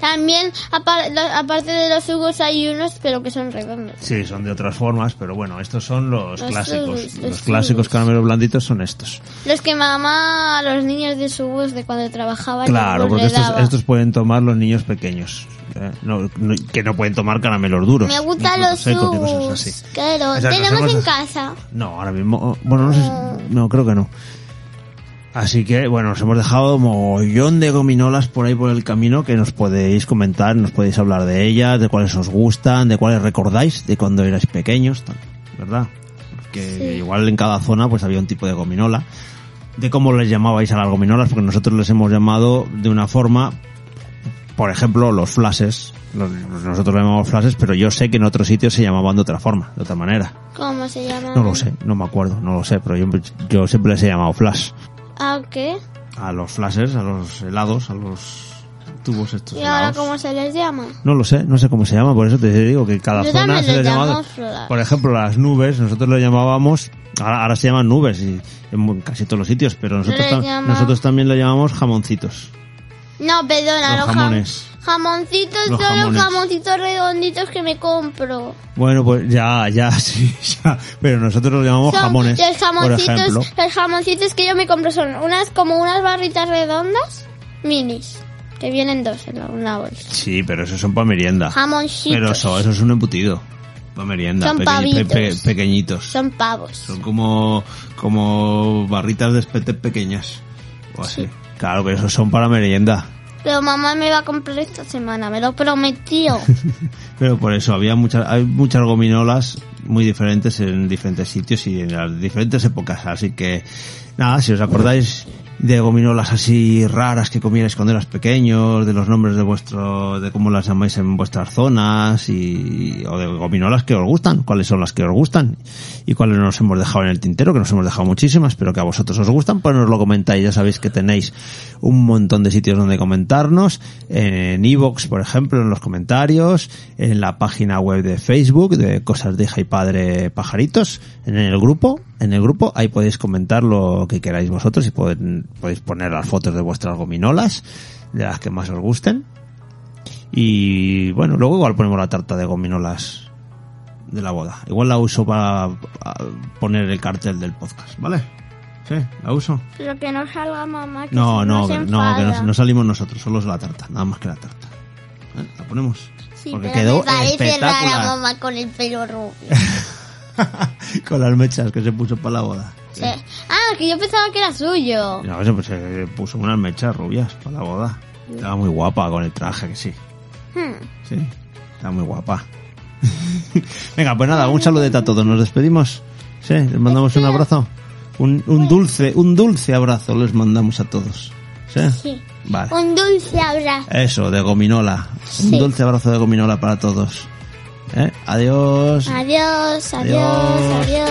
También, apar- lo- aparte de los jugos, hay unos, pero que son redondos.
Sí, son de otras formas, pero bueno, estos son los,
Los
clásicos.
sugus,
los
los
clásicos
sugus.
caramelos blanditos son estos.
Los que mamá a los niños de jugos de cuando trabajaba.
Claro,
los
porque
le
estos,
daba.
estos pueden tomar los niños pequeños, ¿eh? No- no- que no pueden tomar caramelos duros.
Me gustan
ni
los
secos, ni cosas
jugos.
así.
Claro,
O sea, nos
tenemos
hemos-
en casa.
No, ahora mismo, oh, bueno, no sé, si- no creo que no. Así que, bueno, nos hemos dejado mogollón de gominolas por ahí por el camino que nos podéis comentar, nos podéis hablar de ellas, de cuáles os gustan, de cuáles recordáis de cuando erais pequeños, tal, ¿verdad? Porque igual en cada zona pues había un tipo de gominola, de cómo les llamabais a las gominolas, porque nosotros les hemos llamado de una forma, por ejemplo, los flashes, los- nosotros los llamamos flashes, pero yo sé que en otros sitios se llamaban de otra forma, de otra manera.
¿Cómo se llama?
No lo sé, no me acuerdo, no lo sé, pero yo, yo siempre les he llamado flash.
¿A qué?
A los flashers, a los helados, a los tubos estos.
¿Y ahora
helados.
cómo se les llama?
No lo sé, no sé cómo se llama, por eso te digo que cada
Yo
zona
también
se le
le llamo
llama.
flora.
Por ejemplo, las nubes, nosotros le llamábamos, ahora, ahora se llaman nubes y en mu- casi todos los sitios, pero nosotros,
Le
tam-
llama-
nosotros también le llamamos jamoncitos.
No, perdona,
Los
los, jam-
jamones.
jamoncitos
Los
son
jamones.
los jamoncitos redonditos que me compro.
Bueno, pues ya, ya, *laughs* sí, ya. Pero nosotros los llamamos
Son
jamones.
los
Por
jamoncitos,
ejemplo.
los jamoncitos que yo me compro son unas como unas barritas redondas minis, que vienen dos en la- una bolsa.
Sí, Ah, pero esos son para merienda.
Jamoncitos.
Pero eso, eso es un embutido. Para merienda.
Son
peque- pe- pe-
pavitos.
pequeñitos.
Son pavos.
Son como, como barritas de espete pequeñas. O así. Claro, pero esos son para merienda.
Pero mamá me va a comprar esta semana, me lo
*laughs*
prometió.
Pero por eso había muchas, hay muchas gominolas muy diferentes en diferentes sitios y en las diferentes épocas. Así que, nada, si os acordáis de gominolas así raras que comierais cuando eras pequeños, de los nombres de vuestro, de cómo las llamáis en vuestras zonas y, o de gominolas que os gustan, cuáles son las que os gustan y cuáles nos hemos dejado en el tintero, que nos hemos dejado muchísimas, pero que a vosotros os gustan, pues nos lo comentáis. Ya sabéis que tenéis un montón de sitios donde comentarnos, en iVoox, por ejemplo, en los comentarios, en la página web de Facebook, de Cosas de Hija y Padre Pajaritos, en el grupo, en el grupo, ahí podéis comentar lo que queráis vosotros y poden- podéis poner las fotos de vuestras gominolas, de las que más os gusten. Y bueno, luego igual ponemos la tarta de gominolas de la boda. Igual la uso para a, poner el cartel del podcast, ¿vale? Sí, la uso.
Pero que no salga mamá, que
No,
si
no,
se
que- no, que
enfada.
no, no salimos nosotros, solo es la tarta, nada más que la tarta. ¿Eh? La ponemos.
Sí,
Porque
pero
quedó
me parece
*laughs*
rara
espectacular.
mamá con el
*laughs*
pelo rubio.
Con las mechas que se puso para la boda.
Sí. Ah, que yo pensaba que era suyo.
No, se, pues, se puso unas mechas rubias para la boda. Estaba muy guapa con el traje, que sí.
Hmm.
Sí, está muy guapa. *laughs* Venga, pues nada, un saludete a todos. Nos despedimos. Sí, les mandamos un abrazo. Un, un dulce, un dulce abrazo les mandamos a todos. Sí.
Sí.
Vale.
Un dulce abrazo.
Eso, de gominola.
Sí.
Un dulce abrazo de gominola para todos. ¿Eh? Adiós. Adiós.
Adiós, adiós, adiós.